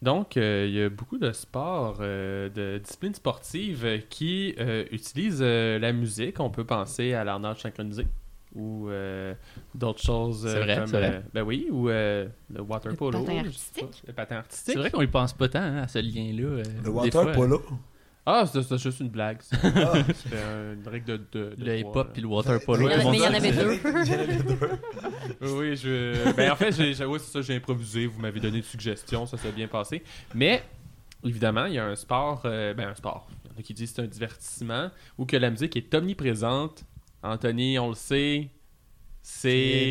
Speaker 5: Donc, euh, il y a beaucoup de sports, euh, de disciplines sportives euh, qui euh, utilisent euh, la musique. On peut penser à la nage synchronisée ou euh, d'autres choses
Speaker 1: C'est
Speaker 5: euh,
Speaker 1: vrai,
Speaker 5: comme
Speaker 1: c'est vrai.
Speaker 5: euh, ben oui ou euh, le water
Speaker 4: Le
Speaker 5: polo,
Speaker 4: patin
Speaker 5: je sais pas,
Speaker 4: artistique.
Speaker 5: le patin artistique.
Speaker 1: C'est vrai qu'on y pense pas tant hein, à ce lien-là. euh, des
Speaker 2: Le water
Speaker 1: fois.
Speaker 2: polo.
Speaker 5: Ah, c'est c'est juste une blague. ça.
Speaker 2: Ah,
Speaker 5: C'était une règle de. de, de
Speaker 1: Le
Speaker 5: trois,
Speaker 1: hip-hop
Speaker 5: là.
Speaker 1: puis le water polo.
Speaker 4: Mais il y en
Speaker 1: tout le
Speaker 4: avait-
Speaker 1: monde-
Speaker 4: mais il y en avait
Speaker 2: Il y en avait deux.
Speaker 5: Oui, je. Ben, en fait, j'ai, j'ai- ouais, c'est ça, j'ai improvisé. Vous m'avez donné une suggestion, ça s'est bien passé. Mais, évidemment, il y a un sport. euh, ben, un sport. Il y en a qui disent que c'est un divertissement ou que la musique est omniprésente. Anthony, on le sait. C'est.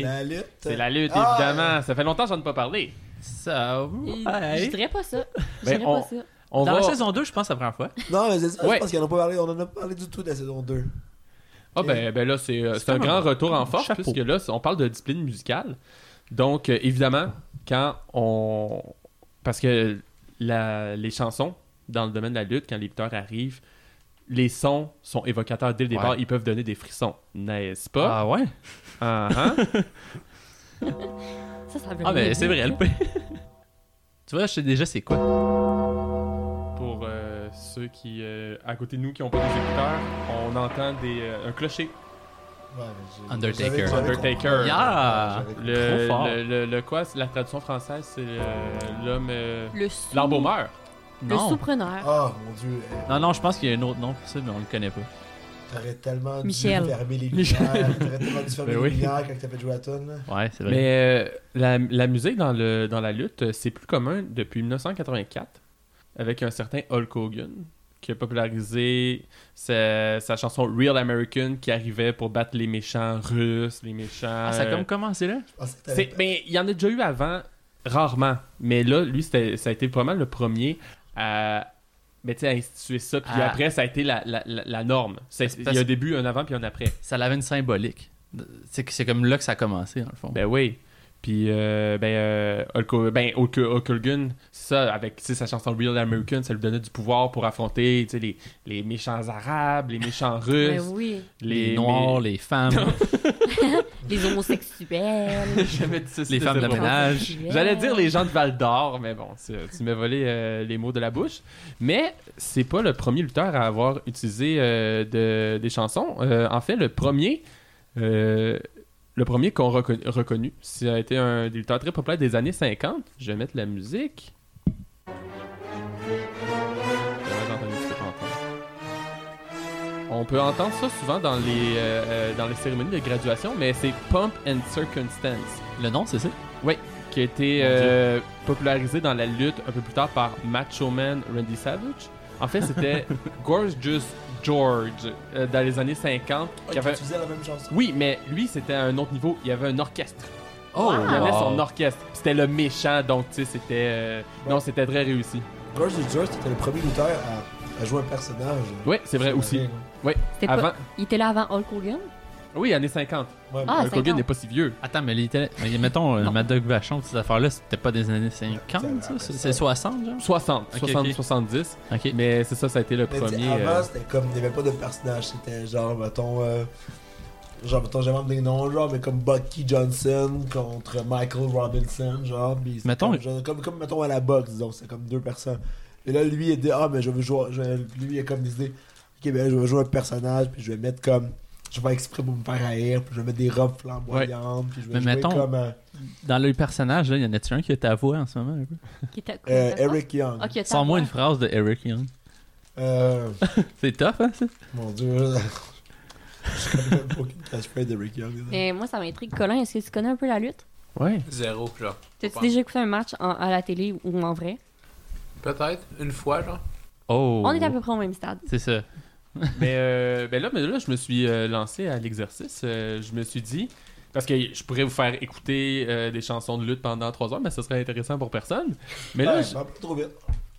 Speaker 2: C'est la lutte.
Speaker 5: C'est la lutte,
Speaker 2: Ah!
Speaker 5: évidemment. Ça fait longtemps que j'en ai pas parlé.
Speaker 1: Ça,
Speaker 4: Et
Speaker 1: ouais.
Speaker 4: Je dirais pas ça. Je
Speaker 5: Ben,
Speaker 4: dirais
Speaker 5: on-
Speaker 4: pas ça.
Speaker 5: On
Speaker 1: Dans
Speaker 5: va.
Speaker 1: la saison 2, je pense, la première fois.
Speaker 2: Non, mais c'est ça,
Speaker 5: Ouais.
Speaker 2: je pense qu'on en a pas parlé. On en a pas parlé du tout de la saison 2.
Speaker 5: Ah ben, ben là, c'est, euh,
Speaker 1: C'est
Speaker 5: c'est un
Speaker 1: comme
Speaker 5: grand
Speaker 1: un-
Speaker 5: retour en force,
Speaker 1: chapeau.
Speaker 5: puisque là, on parle de discipline musicale. Donc, euh, évidemment, quand on... Parce que la- les chansons, dans le domaine de la lutte, quand les lutteurs arrivent, les sons sont évocateurs dès le départ.
Speaker 1: Ouais.
Speaker 5: Ils peuvent donner des frissons, n'est-ce pas?
Speaker 1: Ah ouais?
Speaker 5: Ah, hein?
Speaker 4: Ça, ça veut
Speaker 1: Ah
Speaker 4: rien
Speaker 1: ben c'est
Speaker 4: dire.
Speaker 1: vrai, LP. tu vois, je sais déjà c'est quoi.
Speaker 5: Pour euh, ceux qui, euh, à côté de nous, qui n'ont pas des écouteurs, on entend des, euh, un clocher.
Speaker 2: Ouais, j'ai-
Speaker 1: Undertaker.
Speaker 2: j'avais- j'avais
Speaker 5: Undertaker.
Speaker 2: compris.
Speaker 1: Yeah!
Speaker 2: J'avais-
Speaker 5: Le,
Speaker 1: Trop fort.
Speaker 5: le, le- le quoi? c'est- La traduction française, c'est euh, l'homme... euh,
Speaker 4: Le sou-
Speaker 5: l'embaumeur.
Speaker 4: Le
Speaker 1: Non.
Speaker 4: soupreneur.
Speaker 2: Ah, mon dieu. eh,
Speaker 1: Non, non, je pense qu'il y a un autre nom pour ça, mais on le connaît pas.
Speaker 2: T'aurais tellement
Speaker 4: Michel.
Speaker 2: dû fermer les
Speaker 1: Michel.
Speaker 2: lumières. T'aurais tellement dû fermer
Speaker 1: Ben oui.
Speaker 2: les lumières quand t'as fait jouer à Toon, là.
Speaker 1: Ouais, c'est vrai.
Speaker 5: Mais euh, la, la musique dans, le, dans la lutte, euh, c'est plus commun depuis 1984 avec un certain Hulk Hogan qui a popularisé sa, sa chanson Real American qui arrivait pour battre les méchants russes, les méchants.
Speaker 1: Ah, ça a
Speaker 5: euh,
Speaker 1: comme commencé là?
Speaker 2: Je pensais que t'avais
Speaker 5: c'est- mais il y en a déjà eu avant, rarement. Mais là, lui, c'était- ça a été pas mal le premier à, mais tu sais, instituer ça, puis
Speaker 1: Ah.
Speaker 5: après, ça a été la, la, la, la norme. C'est-
Speaker 1: Parce-
Speaker 5: Il y a un début, un avant, puis un après.
Speaker 1: Ça l'avait une symbolique. C'est que- c'est comme là que ça a commencé, dans le fond.
Speaker 5: Ben oui. Puis, euh, ben, euh, Hulk, Ho- ben, Hulk, Hulk Hogan, c'est ça, avec tu sais, sa chanson Real American, ça lui donnait du pouvoir pour affronter tu sais, les, les méchants arabes, les méchants
Speaker 4: Ben
Speaker 5: russes,
Speaker 4: oui.
Speaker 1: les, Noirs, les femmes,
Speaker 4: Les homosexuels.
Speaker 5: J'avais dit ça,
Speaker 1: les
Speaker 5: c'est
Speaker 1: femmes de
Speaker 5: drôle.
Speaker 1: ménage.
Speaker 5: J'allais dire les gens de Val d'Or, mais bon, tu, tu m'as volé euh, les mots de la bouche. Mais c'est pas le premier lutteur à avoir utilisé euh, de- des chansons. Euh, en fait, le premier, euh, le premier qu'on reconnu, reconnu, ça a été un des lutteurs très populaire des années 50. Je vais mettre la musique. J'aimerais l'entendre un petit peu pour entendre. On peut entendre ça souvent dans les, euh, euh, dans les cérémonies de graduation, mais c'est Pump and Circumstance
Speaker 1: Le nom, c'est ça?
Speaker 5: qui a été
Speaker 1: Mon Dieu.
Speaker 5: euh, popularisé dans la lutte un peu plus tard par Macho Man Randy Savage. En fait, c'était Gorgeous George euh, dans les années 50. qui
Speaker 2: Tu
Speaker 5: avait-
Speaker 2: faisais la même chanson.
Speaker 5: Oui, mais lui, c'était à un autre niveau. Il y avait un orchestre.
Speaker 1: Oh!
Speaker 5: Il avait
Speaker 1: wow.
Speaker 5: son orchestre. C'était le méchant, donc tu sais, c'était. euh, Non, c'était très réussi.
Speaker 2: George George, c'était le premier lutteur à, à jouer un personnage.
Speaker 5: Oui, c'est vrai aussi.
Speaker 2: Ouais,
Speaker 4: C'était pas-
Speaker 5: Avant...
Speaker 4: Il était là avant Hulk Hogan?
Speaker 5: Oui, années 50.
Speaker 2: ouais.
Speaker 4: Ah,
Speaker 5: Hulk Hogan
Speaker 4: 50.
Speaker 5: n'est pas si vieux.
Speaker 1: Attends, mais, les télé- mais mettons, euh,
Speaker 4: Non.
Speaker 1: Madoc Vachon, ces affaires-là, c'était pas des années 50, ça? C'est c'est 60, genre?
Speaker 5: 60,
Speaker 1: Ok,
Speaker 5: 60,
Speaker 1: ok.
Speaker 5: 70.
Speaker 1: OK.
Speaker 5: Mais c'est ça, ça a été le
Speaker 2: Mais tu sais,
Speaker 5: premier.
Speaker 2: avant,
Speaker 5: euh,
Speaker 2: c'était comme, il n'y avait pas de personnage. C'était genre, mettons, euh, genre, mettons, j'avais des noms, genre, mais comme Bucky Johnson contre Michael Robinson, genre. puis c'était
Speaker 1: Mettons-
Speaker 2: Comme, genre, comme, comme, mettons, à la boxe, disons, c'est comme deux personnes. Et là, lui, il dit, ah, mais je veux jouer. je- lui, il a comme des idées. Ok, ben, je vais jouer un personnage, puis je vais mettre comme. Je vais faire exprès pour me faire haïr, puis je vais mettre des robes flamboyantes, puis je vais
Speaker 1: Mais
Speaker 2: jouer
Speaker 1: mettons-
Speaker 2: comme euh,
Speaker 1: Dans le personnage, là, il y en a-tu un qui est à voix en ce moment? un peu?
Speaker 4: Qui était qui
Speaker 2: euh,
Speaker 4: était pas-
Speaker 2: Eric Young.
Speaker 4: Ah, qui était à
Speaker 1: Sors-moi
Speaker 4: voix.
Speaker 1: une phrase de Eric Young.
Speaker 2: Euh,
Speaker 1: C'est tough, hein, ça?
Speaker 2: mon dieu. je connais même pas aucune catchphrase d'Eric Young.
Speaker 4: Mais moi, ça m'intrigue. Colin, est-ce que tu connais un peu la lutte?
Speaker 5: Ouais.
Speaker 3: Zéro, genre.
Speaker 4: T'as-tu
Speaker 3: Pas.
Speaker 4: déjà écouté un match en- à la télé ou en vrai?
Speaker 3: Peut-être une fois, genre.
Speaker 1: Oh!
Speaker 4: On est à peu près au même stade.
Speaker 1: C'est ça.
Speaker 5: Mais euh, ben là, mais là, je me suis euh, lancé à l'exercice. Euh, je me suis dit, parce que je pourrais vous faire écouter euh, des chansons de lutte pendant trois heures, mais ce serait intéressant pour personne. Mais là,
Speaker 2: Ouais,
Speaker 5: je-
Speaker 2: va pas trop vite.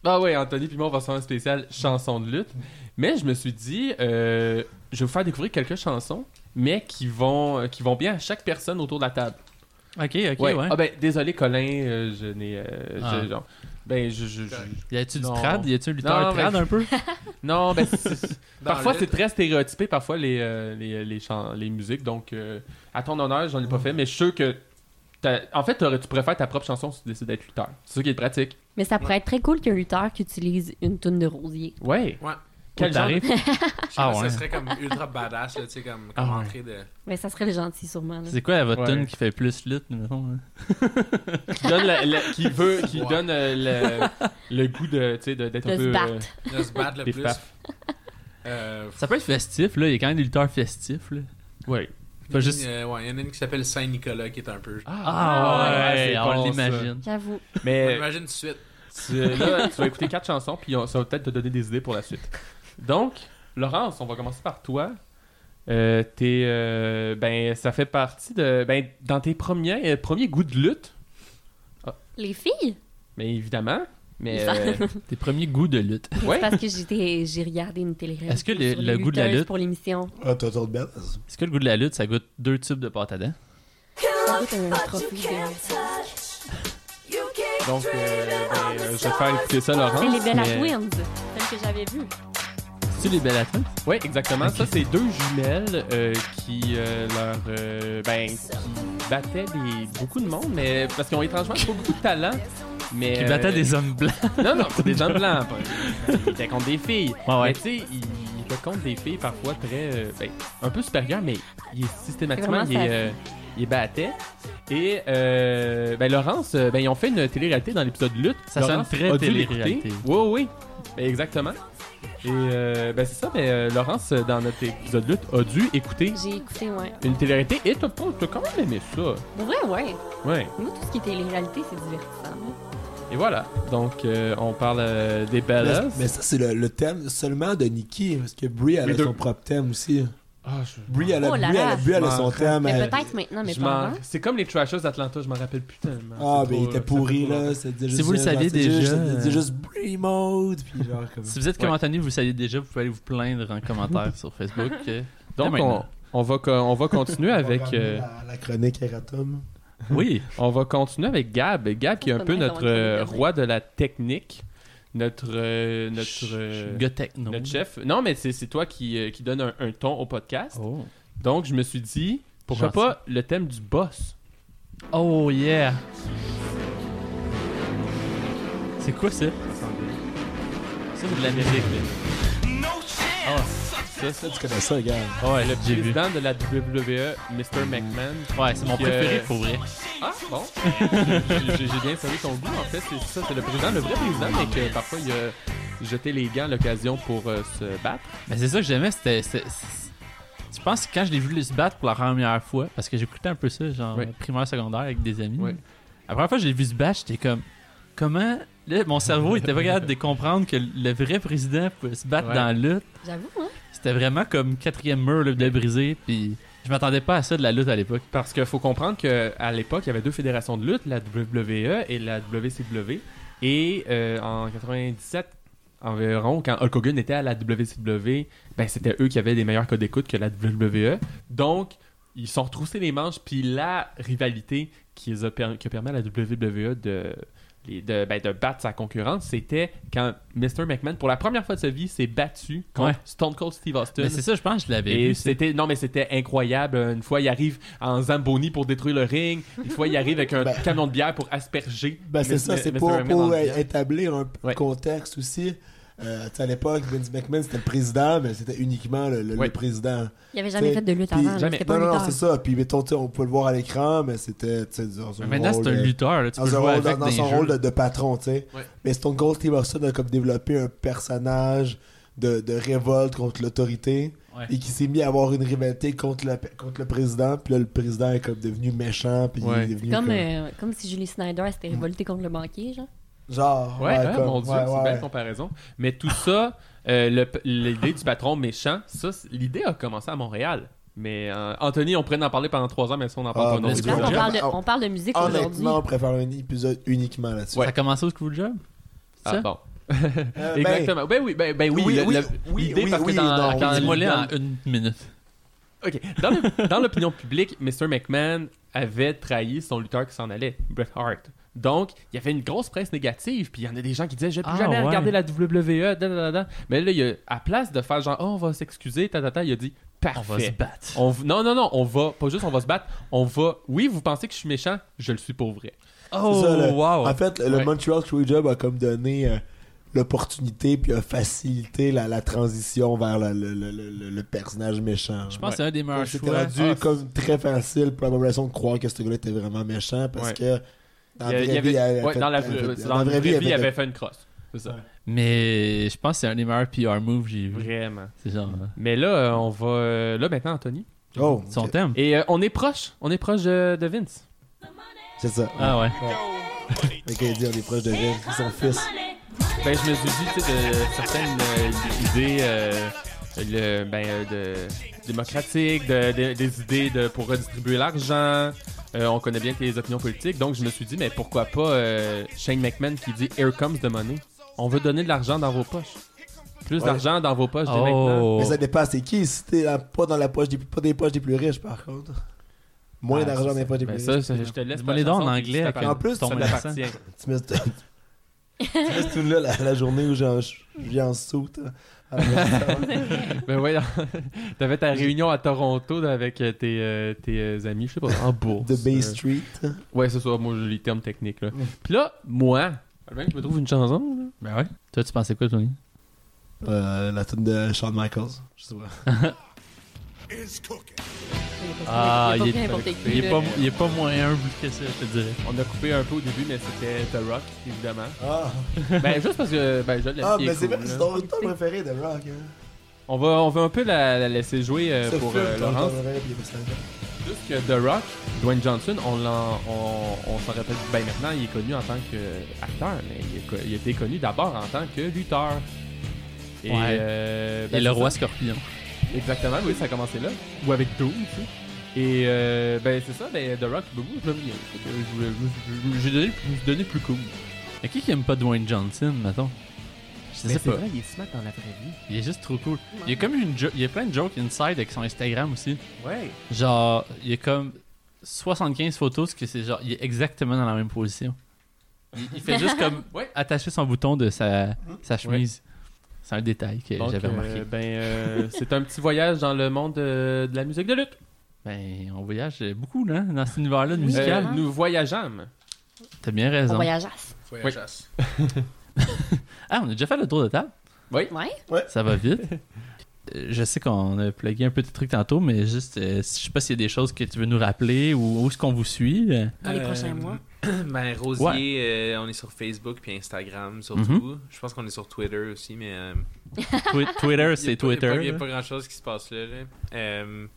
Speaker 5: ah ouais, Anthony puis moi, on va se faire un spécial chansons de lutte. Mais je me suis dit, euh, je vais vous faire découvrir quelques chansons, mais qui vont, euh, qui vont bien à chaque personne autour de la table.
Speaker 1: OK, OK, ouais.
Speaker 5: Ah ben, désolé, Colin, euh, je n'ai. euh,
Speaker 1: Ah.
Speaker 5: je- genre, ben, je. je- je-
Speaker 1: Y a-tu du
Speaker 5: Non.
Speaker 1: trad? Y a-tu un lutteur
Speaker 5: Non, mais-
Speaker 1: trad un peu?
Speaker 5: Non, ben, c'est-
Speaker 3: Dans
Speaker 5: Parfois,
Speaker 3: le-
Speaker 5: c'est très stéréotypé, parfois, les, euh, les, les, chan- les musiques. Donc, euh, à ton honneur, j'en ai pas fait, mais je suis sûr que. t'as- En fait, t'aurais- tu pourrais faire ta propre chanson si tu décides d'être lutteur. C'est ça qui est pratique.
Speaker 4: Mais ça pourrait être très cool qu'un lutteur qui utilise une toune de rosier.
Speaker 5: Ouais.
Speaker 3: Ouais.
Speaker 5: Quel
Speaker 1: Ou
Speaker 5: genre...
Speaker 1: t'arrives-
Speaker 3: Je sais
Speaker 1: Ah
Speaker 3: pas,
Speaker 1: ouais.
Speaker 3: Ça serait comme ultra badass, là, tu sais, comme, comme
Speaker 5: Ah ouais.
Speaker 3: entrée de.
Speaker 4: Mais ça serait le gentil, sûrement. là.
Speaker 1: C'est quoi votre
Speaker 5: Ouais.
Speaker 1: tune qui fait plus lutte, mettons? hein?
Speaker 5: qui donne, la- la- qui veut, qui
Speaker 3: Ouais.
Speaker 5: donne euh, le, le goût de, tu sais, de- d'être
Speaker 4: De
Speaker 5: un
Speaker 4: se
Speaker 5: peu. euh,
Speaker 4: battre.
Speaker 3: De se battre le
Speaker 5: pif
Speaker 3: plus.
Speaker 5: paf.
Speaker 3: Euh,
Speaker 1: Ça peut être festif, là. Il y a quand même des lutteurs festifs, là.
Speaker 5: Ouais.
Speaker 1: Pas juste...
Speaker 3: euh, ouais, il y en a une qui s'appelle Saint-Nicolas qui est un
Speaker 5: Euh,
Speaker 3: peu.
Speaker 1: Ah,
Speaker 5: Ah,
Speaker 1: ouais,
Speaker 5: c'est
Speaker 1: on
Speaker 5: bon,
Speaker 1: l'imagine.
Speaker 4: J'avoue.
Speaker 3: On
Speaker 5: Mais
Speaker 3: l'imagine tout de suite.
Speaker 5: tu, euh, là, tu vas écouter quatre chansons, puis on- ça va peut-être te donner des idées pour la suite. Donc, Laurence, on va commencer par toi. Euh, t'es, euh, ben, ça fait partie de. Ben, dans tes premiers, euh, premiers goûts de lutte,
Speaker 4: Les filles?
Speaker 5: mais évidemment. Mais.
Speaker 4: Ça-
Speaker 5: euh,
Speaker 1: Tes premiers goûts de lutte.
Speaker 5: ouais.
Speaker 4: C'est parce que j'étais- j'ai regardé une télé
Speaker 1: Est-ce que le- le goût de la lutte-
Speaker 4: pour l'émission.
Speaker 2: Ah, Total Bellas.
Speaker 1: Est-ce que le goût de la lutte, ça goûte deux tubes de pâte à dents?
Speaker 4: Ça goûte un trophée de-
Speaker 5: Donc, euh, ben, euh, je vais faire écouter ça, Laurence.
Speaker 4: C'est les Bella
Speaker 5: mais-
Speaker 4: Twins, celle que j'avais vue.
Speaker 1: C'est-tu les belles Twins?
Speaker 5: Oui, exactement. Ça, c'est deux jumelles euh, qui euh, leur euh, ben qui battaient des, beaucoup de monde, mais parce qu'ils ont étrangement pas beaucoup de talent. Mais
Speaker 1: Qui
Speaker 5: euh,
Speaker 1: battaient des hommes blancs.
Speaker 5: Non, non, c'est des hommes blancs. pas- Ils étaient contre des filles.
Speaker 1: Ouais, ouais.
Speaker 5: Mais tu sais, ils ils étaient contre des filles parfois très euh, ben, un peu supérieures, mais ils systématiquement
Speaker 4: C'est
Speaker 5: ils,
Speaker 4: vraiment
Speaker 5: euh, ils battaient. Et euh, ben Laurence, euh, ben ils ont fait une télé-réalité dans l'épisode lutte.
Speaker 1: Ça
Speaker 5: Laurence
Speaker 1: sonne très
Speaker 5: a dû
Speaker 1: télé-réalité.
Speaker 5: l'écouter. Oui, oui. Ben, exactement. Et euh, ben c'est ça, ben, euh, Laurence, euh, dans notre épisode lutte, a dû écouter
Speaker 4: J'ai écouté, ouais.
Speaker 5: une télé-réalité et t'as pas- t'as quand même aimé ça.
Speaker 4: Pour vrai, ouais.
Speaker 5: Ouais.
Speaker 4: Moi, tout ce qui est télé-réalité, c'est divertissant. là.
Speaker 5: Et voilà. Donc, euh, on parle euh,
Speaker 2: Mais,
Speaker 5: des ballas.
Speaker 2: mais ça, c'est le, le thème seulement de Nikki, parce que Brie, elle
Speaker 5: Mais
Speaker 2: a
Speaker 5: de-
Speaker 2: son propre thème aussi.
Speaker 6: Ah, je-
Speaker 2: Brie, elle a
Speaker 4: Oh là
Speaker 2: bu, elle
Speaker 4: là.
Speaker 2: a bu, elle a
Speaker 6: Ouais.
Speaker 2: son temps,
Speaker 4: Mais
Speaker 2: mais.
Speaker 4: peut-être maintenant, Ah, mais
Speaker 6: je
Speaker 4: pas
Speaker 6: m'en-
Speaker 4: avant.
Speaker 6: C'est comme les Trashers d'Atlanta, je m'en rappelle plus tellement.
Speaker 2: Ah,
Speaker 6: C'est trop-
Speaker 2: mais il était
Speaker 6: ça fait
Speaker 2: pourri,
Speaker 6: trop
Speaker 2: là.
Speaker 6: longtemps.
Speaker 2: c'était
Speaker 1: Si
Speaker 2: juste-
Speaker 1: vous le saviez
Speaker 2: c'était juste-
Speaker 1: déjà,
Speaker 2: C'était juste Brie Mode, puis genre comme.
Speaker 1: Si vous êtes
Speaker 6: Ouais.
Speaker 1: comme Anthony, vous le savez déjà, vous pouvez aller vous plaindre en commentaire sur Facebook. euh,
Speaker 5: Donc,
Speaker 1: dès
Speaker 5: on,
Speaker 1: maintenant.
Speaker 5: on va, co- on va continuer avec.
Speaker 2: On va
Speaker 5: euh,
Speaker 2: ramener la, la chronique Eratum.
Speaker 1: Oui,
Speaker 5: On va continuer avec Gab. Gab qui est un
Speaker 4: Pas
Speaker 5: peu
Speaker 4: mal,
Speaker 5: notre
Speaker 4: on va
Speaker 5: euh,
Speaker 4: terminer.
Speaker 5: roi de la technique, notre euh, notre euh,
Speaker 1: Gars techno.
Speaker 5: notre chef. Non, mais c'est c'est toi qui, euh, qui donne un, un ton au podcast.
Speaker 1: Oh.
Speaker 5: Donc je me suis dit pourquoi
Speaker 1: Gentil.
Speaker 5: pas le thème du boss.
Speaker 1: Oh, yeah. C'est quoi ça? Ça, c'est de la musique. là.
Speaker 6: Ah.
Speaker 5: Ça, ça,
Speaker 2: Tu connais ça, gars.
Speaker 5: ouais, le
Speaker 1: j'ai vu.
Speaker 5: président de la WWE, Mr. McMahon.
Speaker 1: Ouais, c'est mon
Speaker 5: Puis,
Speaker 1: préféré
Speaker 5: euh,
Speaker 1: pour vrai.
Speaker 5: Ah bon. J'ai- J'ai j'ai bien servi ton goût. En fait, c'est ça, c'est le président, le vrai président, mais que parfois il a jeté les gants à l'occasion pour euh, se battre.
Speaker 1: Mais c'est ça que j'aimais, c'était. c'est- c'est- Je pense que quand je l'ai vu se battre pour la première fois, parce que j'écoutais un peu ça, genre
Speaker 5: Oui.
Speaker 1: primaire, secondaire avec des amis.
Speaker 5: Oui.
Speaker 1: La première fois que je l'ai vu se battre, j'étais comme. Comment. Là, mon cerveau était pas capable de comprendre que le vrai président pouvait se battre
Speaker 5: Ouais.
Speaker 1: dans la lutte.
Speaker 4: J'avoue, hein?
Speaker 1: C'était vraiment comme quatrième mur là, de briser, puis je m'attendais pas à ça de la lutte à l'époque.
Speaker 5: Parce qu'il faut comprendre qu'à l'époque, il y avait deux fédérations de lutte, la WWE et la WCW. Et euh, en 97 environ, quand Hulk Hogan était à la WCW, ben, c'était eux qui avaient des meilleurs codes d'écoute que la WWE. Donc, ils se sont retroussés les manches. Puis la rivalité qui, les a per- qui a permis à la WWE de, les- de, ben, de battre sa concurrence, c'était quand Mr. McMahon, pour la première fois de sa vie, s'est battu contre
Speaker 1: Ouais.
Speaker 5: Stone Cold Steve Austin.
Speaker 1: Mais c'est ça, je pense que je l'avais
Speaker 5: Et
Speaker 1: vu. ça.
Speaker 5: c'était non mais c'était incroyable. Une fois il arrive en Zamboni pour détruire le ring, une fois il arrive avec un
Speaker 2: Ben-
Speaker 5: camion de bière pour asperger.
Speaker 2: Ben, c'est
Speaker 5: Mr.
Speaker 2: ça, c'est
Speaker 5: Mr.
Speaker 2: pour,
Speaker 5: Raymond
Speaker 2: pour
Speaker 5: dans le
Speaker 2: euh,
Speaker 5: bière.
Speaker 2: établir un peu de
Speaker 5: Ouais.
Speaker 2: contexte aussi. Euh, tu sais, à l'époque, Vince McMahon, c'était le président, mais c'était uniquement le, le- le
Speaker 5: Ouais.
Speaker 2: président.
Speaker 4: Il n'y avait jamais
Speaker 2: T'sais,
Speaker 4: fait de lutte
Speaker 2: puis-
Speaker 4: avant.
Speaker 5: jamais.
Speaker 4: C'était pas
Speaker 2: Non,
Speaker 4: un
Speaker 2: non, non,
Speaker 4: lutteur.
Speaker 2: c'est ça. Puis, mettons, tu sais, on peut le voir à l'écran, mais c'était, tu sais, dans un
Speaker 1: Mais maintenant,
Speaker 2: rôle,
Speaker 1: c'est un
Speaker 2: euh,
Speaker 1: lutteur, là, tu
Speaker 2: dans
Speaker 1: peux
Speaker 2: un
Speaker 1: jouer
Speaker 2: rôle,
Speaker 1: avec
Speaker 2: dans
Speaker 1: des
Speaker 2: son
Speaker 1: jeux.
Speaker 2: rôle de, de patron, tu sais.
Speaker 5: Ouais.
Speaker 2: Mais Stone Cold Steve Austin a comme développé un personnage de, de révolte contre l'autorité
Speaker 1: Ouais.
Speaker 2: et qui s'est mis à avoir une rivalité contre, la- contre le président. Puis là, le président est comme devenu méchant, puis
Speaker 5: Ouais.
Speaker 2: il est devenu
Speaker 4: Comme,
Speaker 2: comme-
Speaker 4: euh, comme si Julie Snyder s'était révoltée contre le banquier, genre.
Speaker 2: genre,
Speaker 5: Ouais, hein,
Speaker 2: comme-
Speaker 5: mon dieu,
Speaker 2: ouais,
Speaker 5: c'est
Speaker 2: ouais,
Speaker 5: une belle
Speaker 2: ouais.
Speaker 5: comparaison. Mais tout ça, euh, le- l'idée du patron méchant, ça, c'est- l'idée a commencé à Montréal. Mais euh, Anthony, on pourrait en parler pendant trois ans, mais ça on en
Speaker 2: Ah,
Speaker 5: parle pas.
Speaker 2: mais
Speaker 5: non
Speaker 2: c'est
Speaker 5: plus.
Speaker 4: Là, on
Speaker 2: Job.
Speaker 4: parle, de,
Speaker 2: Oh.
Speaker 4: on parle de musique aujourd'hui.
Speaker 2: Honnêtement, on préfère un épisode uniquement là-dessus.
Speaker 1: Ça a commencé au School Job? C'est
Speaker 5: Ah,
Speaker 1: ça?
Speaker 5: bon.
Speaker 2: Euh, ben,
Speaker 5: Exactement. Ben oui, ben, ben oui,
Speaker 2: Oui,
Speaker 5: le-
Speaker 2: oui,
Speaker 5: le-
Speaker 2: oui,
Speaker 5: l'idée,
Speaker 2: oui,
Speaker 5: parce que
Speaker 2: oui,
Speaker 5: dans,
Speaker 2: non,
Speaker 5: dans-
Speaker 2: oui.
Speaker 1: Dis-moi
Speaker 5: dans-
Speaker 1: en une minute.
Speaker 5: OK. Dans le- Dans l'opinion publique, Mr. McMahon avait trahi son lutteur qui s'en allait, Bret Hart. Donc, il y avait une grosse presse négative, puis il y en a des gens qui disaient Je vais plus
Speaker 1: Ah,
Speaker 5: jamais
Speaker 1: ouais.
Speaker 5: regarder la WWE. da, da, da, da. Mais là, il a, à place de faire genre Oh, on va s'excuser, ta, ta, ta, il a dit
Speaker 1: On va se
Speaker 5: Parfait.
Speaker 1: battre.
Speaker 5: On v- non, non, non, on va, pas juste on va se battre, on va. Oui, vous pensez que je suis méchant, je le suis pour vrai.
Speaker 1: Oh,
Speaker 2: ça, le-
Speaker 1: wow!
Speaker 2: En fait, le
Speaker 5: Ouais.
Speaker 2: Montreal Screw Job a comme donné euh, l'opportunité puis a facilité la, la transition vers le, le- le- le- le personnage méchant.
Speaker 1: Je pense que c'est un des meilleurs
Speaker 2: Donc, c'était
Speaker 1: choix.
Speaker 2: rendu
Speaker 5: Ah,
Speaker 2: comme très facile pour la population de croire que ce gars-là était vraiment méchant parce
Speaker 5: Ouais.
Speaker 2: que dans
Speaker 5: Il y
Speaker 2: la
Speaker 5: a- il y
Speaker 2: vraie
Speaker 5: avait-
Speaker 2: vie, elle a
Speaker 5: ouais,
Speaker 2: fait-
Speaker 5: Dans la
Speaker 2: elle a fait-
Speaker 5: vraie
Speaker 2: dans la vraie
Speaker 5: vie,
Speaker 2: vie,
Speaker 5: il
Speaker 2: elle
Speaker 5: avait
Speaker 2: fait-
Speaker 5: fait une crosse. C'est ça.
Speaker 2: Ouais.
Speaker 1: Mais je pense que c'est un des meilleurs PR moves que j'ai vu.
Speaker 5: Vraiment.
Speaker 1: C'est genre. euh,
Speaker 5: Mais là, euh, on va. euh, Là maintenant, Anthony.
Speaker 2: Oh,
Speaker 1: Son
Speaker 2: ok.
Speaker 1: thème?
Speaker 5: Et euh, on est proche, on est proche de, de Vince.
Speaker 2: c'est ça.
Speaker 1: Ah ouais.
Speaker 2: Ok, il dit on est proche de Vince, c'est son fils.
Speaker 5: Ben, je me suis dit, tu sais, de certaines euh, idées euh, le, ben, euh, de, démocratiques, de- de- des idées de, pour redistribuer l'argent. Euh, on connaît bien que les opinions politiques. Donc, je me suis dit, mais pourquoi pas euh, Shane McMahon qui dit Here comes the money. On veut donner de l'argent dans vos poches. Plus
Speaker 2: Ouais.
Speaker 5: d'argent dans vos poches dès maintenant.
Speaker 1: Oh!
Speaker 2: Mais ça dépend, c'est qui si t'es là- pas dans la poche des, pas des poches des plus riches par contre. Moins
Speaker 5: Ah,
Speaker 2: d'argent
Speaker 5: ça,
Speaker 2: dans les poches des plus
Speaker 5: Ben,
Speaker 2: riches.
Speaker 5: ça, ça, je te laisse.
Speaker 1: Dis-moi
Speaker 5: pas
Speaker 1: les
Speaker 5: la
Speaker 1: dons en
Speaker 5: chanson, puis
Speaker 1: anglais
Speaker 5: ça
Speaker 1: avec
Speaker 2: En
Speaker 1: un
Speaker 2: plus,
Speaker 1: ton
Speaker 5: t'appartient.
Speaker 2: ça
Speaker 1: accent.
Speaker 5: t'appartient.
Speaker 2: Tu mets, tu mets ce tune-là la, la journée où j'ai en- je viens en soute.
Speaker 5: Ben ouais, t'avais ta réunion à Toronto avec euh, tes, euh, tes euh, amis, je sais pas, en bourse.
Speaker 2: The Bay
Speaker 5: Euh,
Speaker 2: Street.
Speaker 5: Ouais, c'est ça, moi j'ai les termes techniques là. Puis là, moi, je me trouve une chanson. là.
Speaker 1: Ben ouais. Toi, tu pensais quoi, Tony?
Speaker 2: Euh, la tune de Shawn Michaels. Je sais pas.
Speaker 1: Ah,
Speaker 4: il
Speaker 1: il
Speaker 4: est
Speaker 1: est-
Speaker 4: pas bien pour tes
Speaker 1: Il est
Speaker 4: culs,
Speaker 1: pas,
Speaker 4: là.
Speaker 1: il est pas moins humble que ça, je te dirais.
Speaker 5: On a coupé un peu au début, mais c'était The Rock, évidemment.
Speaker 2: Ah,
Speaker 5: ben juste parce que ben, je l'ai
Speaker 2: ah mais c'est vrai que c'est ton ton préféré de Rock. Hein.
Speaker 5: on, va, on va un peu la, la laisser jouer euh,
Speaker 2: Ce
Speaker 5: pour
Speaker 2: film,
Speaker 5: euh,
Speaker 2: ton
Speaker 5: Laurence.
Speaker 2: préféré, puis il est pas sympa.
Speaker 5: Juste que The Rock, Dwayne Johnson, on, l'en- on, on s'en rappelle bien maintenant, il est connu en tant qu'acteur, mais il, est co- il a été connu d'abord en tant que lutteur. Et,
Speaker 1: Ouais.
Speaker 5: euh, ben,
Speaker 1: Et le
Speaker 5: c'est
Speaker 1: roi
Speaker 5: ça.
Speaker 1: scorpion.
Speaker 7: Exactement, oui, ça a commencé là. Ou avec Doom, tu sais. Et euh, ben c'est ça, ben The Rock, beaucoup, je l'aime bien. Fait que je voulais- je- je- J'ai donné, je me suis donné plus cool.
Speaker 1: Y'a qui qui aime pas Dwayne Johnson, mettons Je
Speaker 5: Ben,
Speaker 1: sais pas.
Speaker 7: il est smart dans la vraie vie.
Speaker 1: Il est juste trop cool. Il y a comme une jo- il y a plein de jokes inside avec son Instagram aussi.
Speaker 7: Ouais.
Speaker 1: Genre, il y a comme 75 photos, ce que c'est genre, il est exactement dans la même position. Il, il fait juste comme
Speaker 7: Ouais.
Speaker 1: attacher son bouton de
Speaker 3: Hein?
Speaker 1: sa, sa chemise. C'est un détail que
Speaker 7: Donc,
Speaker 1: j'avais
Speaker 7: euh,
Speaker 1: remarqué.
Speaker 7: ben, euh, c'est un petit voyage dans le monde euh, de la musique de lutte.
Speaker 1: Ben, on voyage beaucoup, là, dans cet univers-là de
Speaker 4: Oui.
Speaker 1: musical.
Speaker 7: Euh, nous voyageâmes.
Speaker 1: T'as bien
Speaker 4: On
Speaker 1: raison.
Speaker 4: voyage
Speaker 3: Voyage à-
Speaker 1: Ah, on a déjà fait le tour de table.
Speaker 4: Ouais.
Speaker 1: Ça va vite. Euh, Je sais qu'on a plugué un peu de trucs tantôt, mais juste, euh, je sais pas s'il y a des choses que tu veux nous rappeler ou où est-ce qu'on vous suit. euh.
Speaker 4: Dans les
Speaker 3: Euh,
Speaker 4: prochains mois.
Speaker 3: Ben, Rosier, euh, on est sur Facebook puis Instagram surtout.
Speaker 5: Mhm.
Speaker 3: Je pense qu'on est sur Twitter aussi, mais. euh,
Speaker 1: Twi- Twitter,
Speaker 3: y
Speaker 1: c'est
Speaker 3: a pas- y a pas-
Speaker 1: Twitter.
Speaker 3: Il n'y a
Speaker 1: là.
Speaker 3: pas grand chose qui se passe là. là. Euh,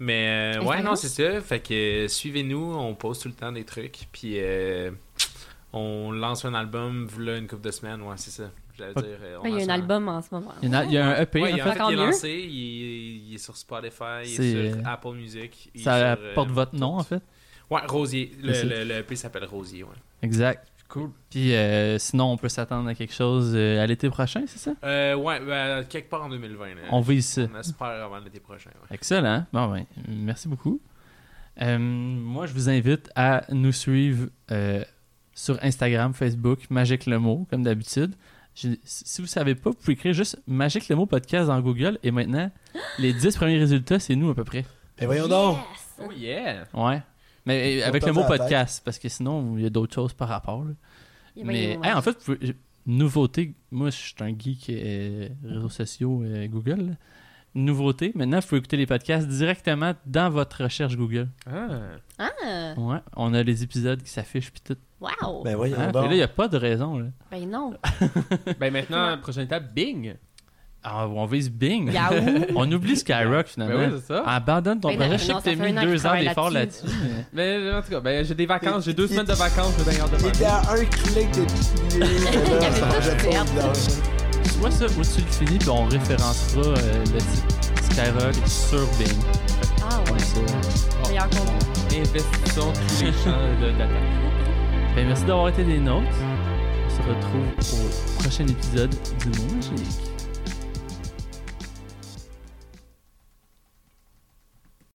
Speaker 3: mais euh, ouais,
Speaker 4: Instagram?
Speaker 3: non, c'est ça. Fait que euh, suivez-nous, on poste tout le temps des trucs. Puis euh, on lance un album, voilà une couple de semaines. Ouais, c'est ça. J'allais
Speaker 1: Ok.
Speaker 3: dire. euh, on
Speaker 4: Ben, Il y a
Speaker 3: lance
Speaker 4: un album en ce moment. Ah,
Speaker 1: Il y en a- il y a un EP, en
Speaker 3: Ouais, il, y a-
Speaker 1: fait.
Speaker 3: en fait,
Speaker 4: Encore
Speaker 3: il est
Speaker 4: mieux.
Speaker 3: lancé, il est, il est sur Spotify, il est
Speaker 1: C'est- euh,
Speaker 3: sur Apple Music. il est
Speaker 1: Ça
Speaker 3: sur, euh,
Speaker 1: porte votre nom, en fait.
Speaker 3: Ouais, Rosier. Le,
Speaker 1: C'est-
Speaker 3: le, le EP s'appelle Rosier, ouais.
Speaker 1: Exact. Cool. Puis euh, sinon, on peut s'attendre à quelque chose euh, à l'été prochain, c'est ça?
Speaker 3: Euh, ouais, ben, quelque part en 2020. là.
Speaker 1: On vise ça.
Speaker 3: On espère avant l'été prochain. ouais.
Speaker 1: Excellent. Bon, ben, merci beaucoup. Euh, moi, je vous invite à nous suivre euh, sur Instagram, Facebook, Magic Le Mot, comme d'habitude. Je- Si vous ne savez pas, vous pouvez écrire juste Magic Le Mot Podcast dans Google et maintenant, les 10 premiers résultats, c'est nous à peu près.
Speaker 2: Mais Ben,
Speaker 4: Hein?
Speaker 2: voyons donc.
Speaker 4: Yes!
Speaker 7: Oh yeah!
Speaker 1: Ouais. Mais euh,
Speaker 2: On
Speaker 1: avec le
Speaker 2: perd
Speaker 1: mot
Speaker 2: la tête.
Speaker 1: podcast, parce que sinon, il y a d'autres choses par rapport. là.
Speaker 4: Il y a
Speaker 1: Mais
Speaker 4: bien
Speaker 1: hey,
Speaker 4: des
Speaker 1: en fait, vous pouvez- nouveauté, moi je suis un geek euh, réseaux sociaux euh, Google. là. Nouveauté, maintenant vous pouvez écouter les podcasts directement dans votre recherche Google.
Speaker 7: Ah.
Speaker 4: Ah!
Speaker 1: Ouais, on a les épisodes qui s'affichent puis tout.
Speaker 4: Wow!
Speaker 2: Mais
Speaker 4: Ben,
Speaker 2: voyons
Speaker 1: Hein?
Speaker 2: donc.
Speaker 1: Puis là, il n'y a pas de raison. Là.
Speaker 4: non.
Speaker 7: ben maintenant, prochaine étape, Bing.
Speaker 1: Ah, on vise Bing.
Speaker 4: Yahoo!
Speaker 1: on oublie
Speaker 7: Ben
Speaker 1: Skyrock finalement.
Speaker 7: oui, c'est ça.
Speaker 1: Abandonne ton
Speaker 4: Ben
Speaker 1: projet.
Speaker 4: non,
Speaker 1: Je sais
Speaker 4: non,
Speaker 1: que t'as
Speaker 4: ça fait
Speaker 1: mis
Speaker 4: un an que
Speaker 1: deux
Speaker 4: je
Speaker 1: ans
Speaker 4: travaille
Speaker 1: d'efforts
Speaker 4: là-dessus.
Speaker 1: là-dessus. mais-
Speaker 7: Mais en tout cas, ben, j'ai des vacances, j'ai deux semaines de vacances, j'ai bien hâte de faire.
Speaker 2: T'étais à un clic de plier, mais là,
Speaker 4: avait
Speaker 2: ça
Speaker 4: pas de
Speaker 2: jette pas
Speaker 4: perte.
Speaker 2: dedans.
Speaker 1: Soit ça, ou tu le finis, puis on référencera euh, le site Skyrock sur Bing.
Speaker 4: Ah
Speaker 1: On est
Speaker 4: ouais.
Speaker 1: sûr.
Speaker 4: Meilleur combo.
Speaker 7: Investissons tous les champs de data.
Speaker 1: Eh Ben, merci d'avoir été des nôtres. On se retrouve au prochain épisode du Monde Magique.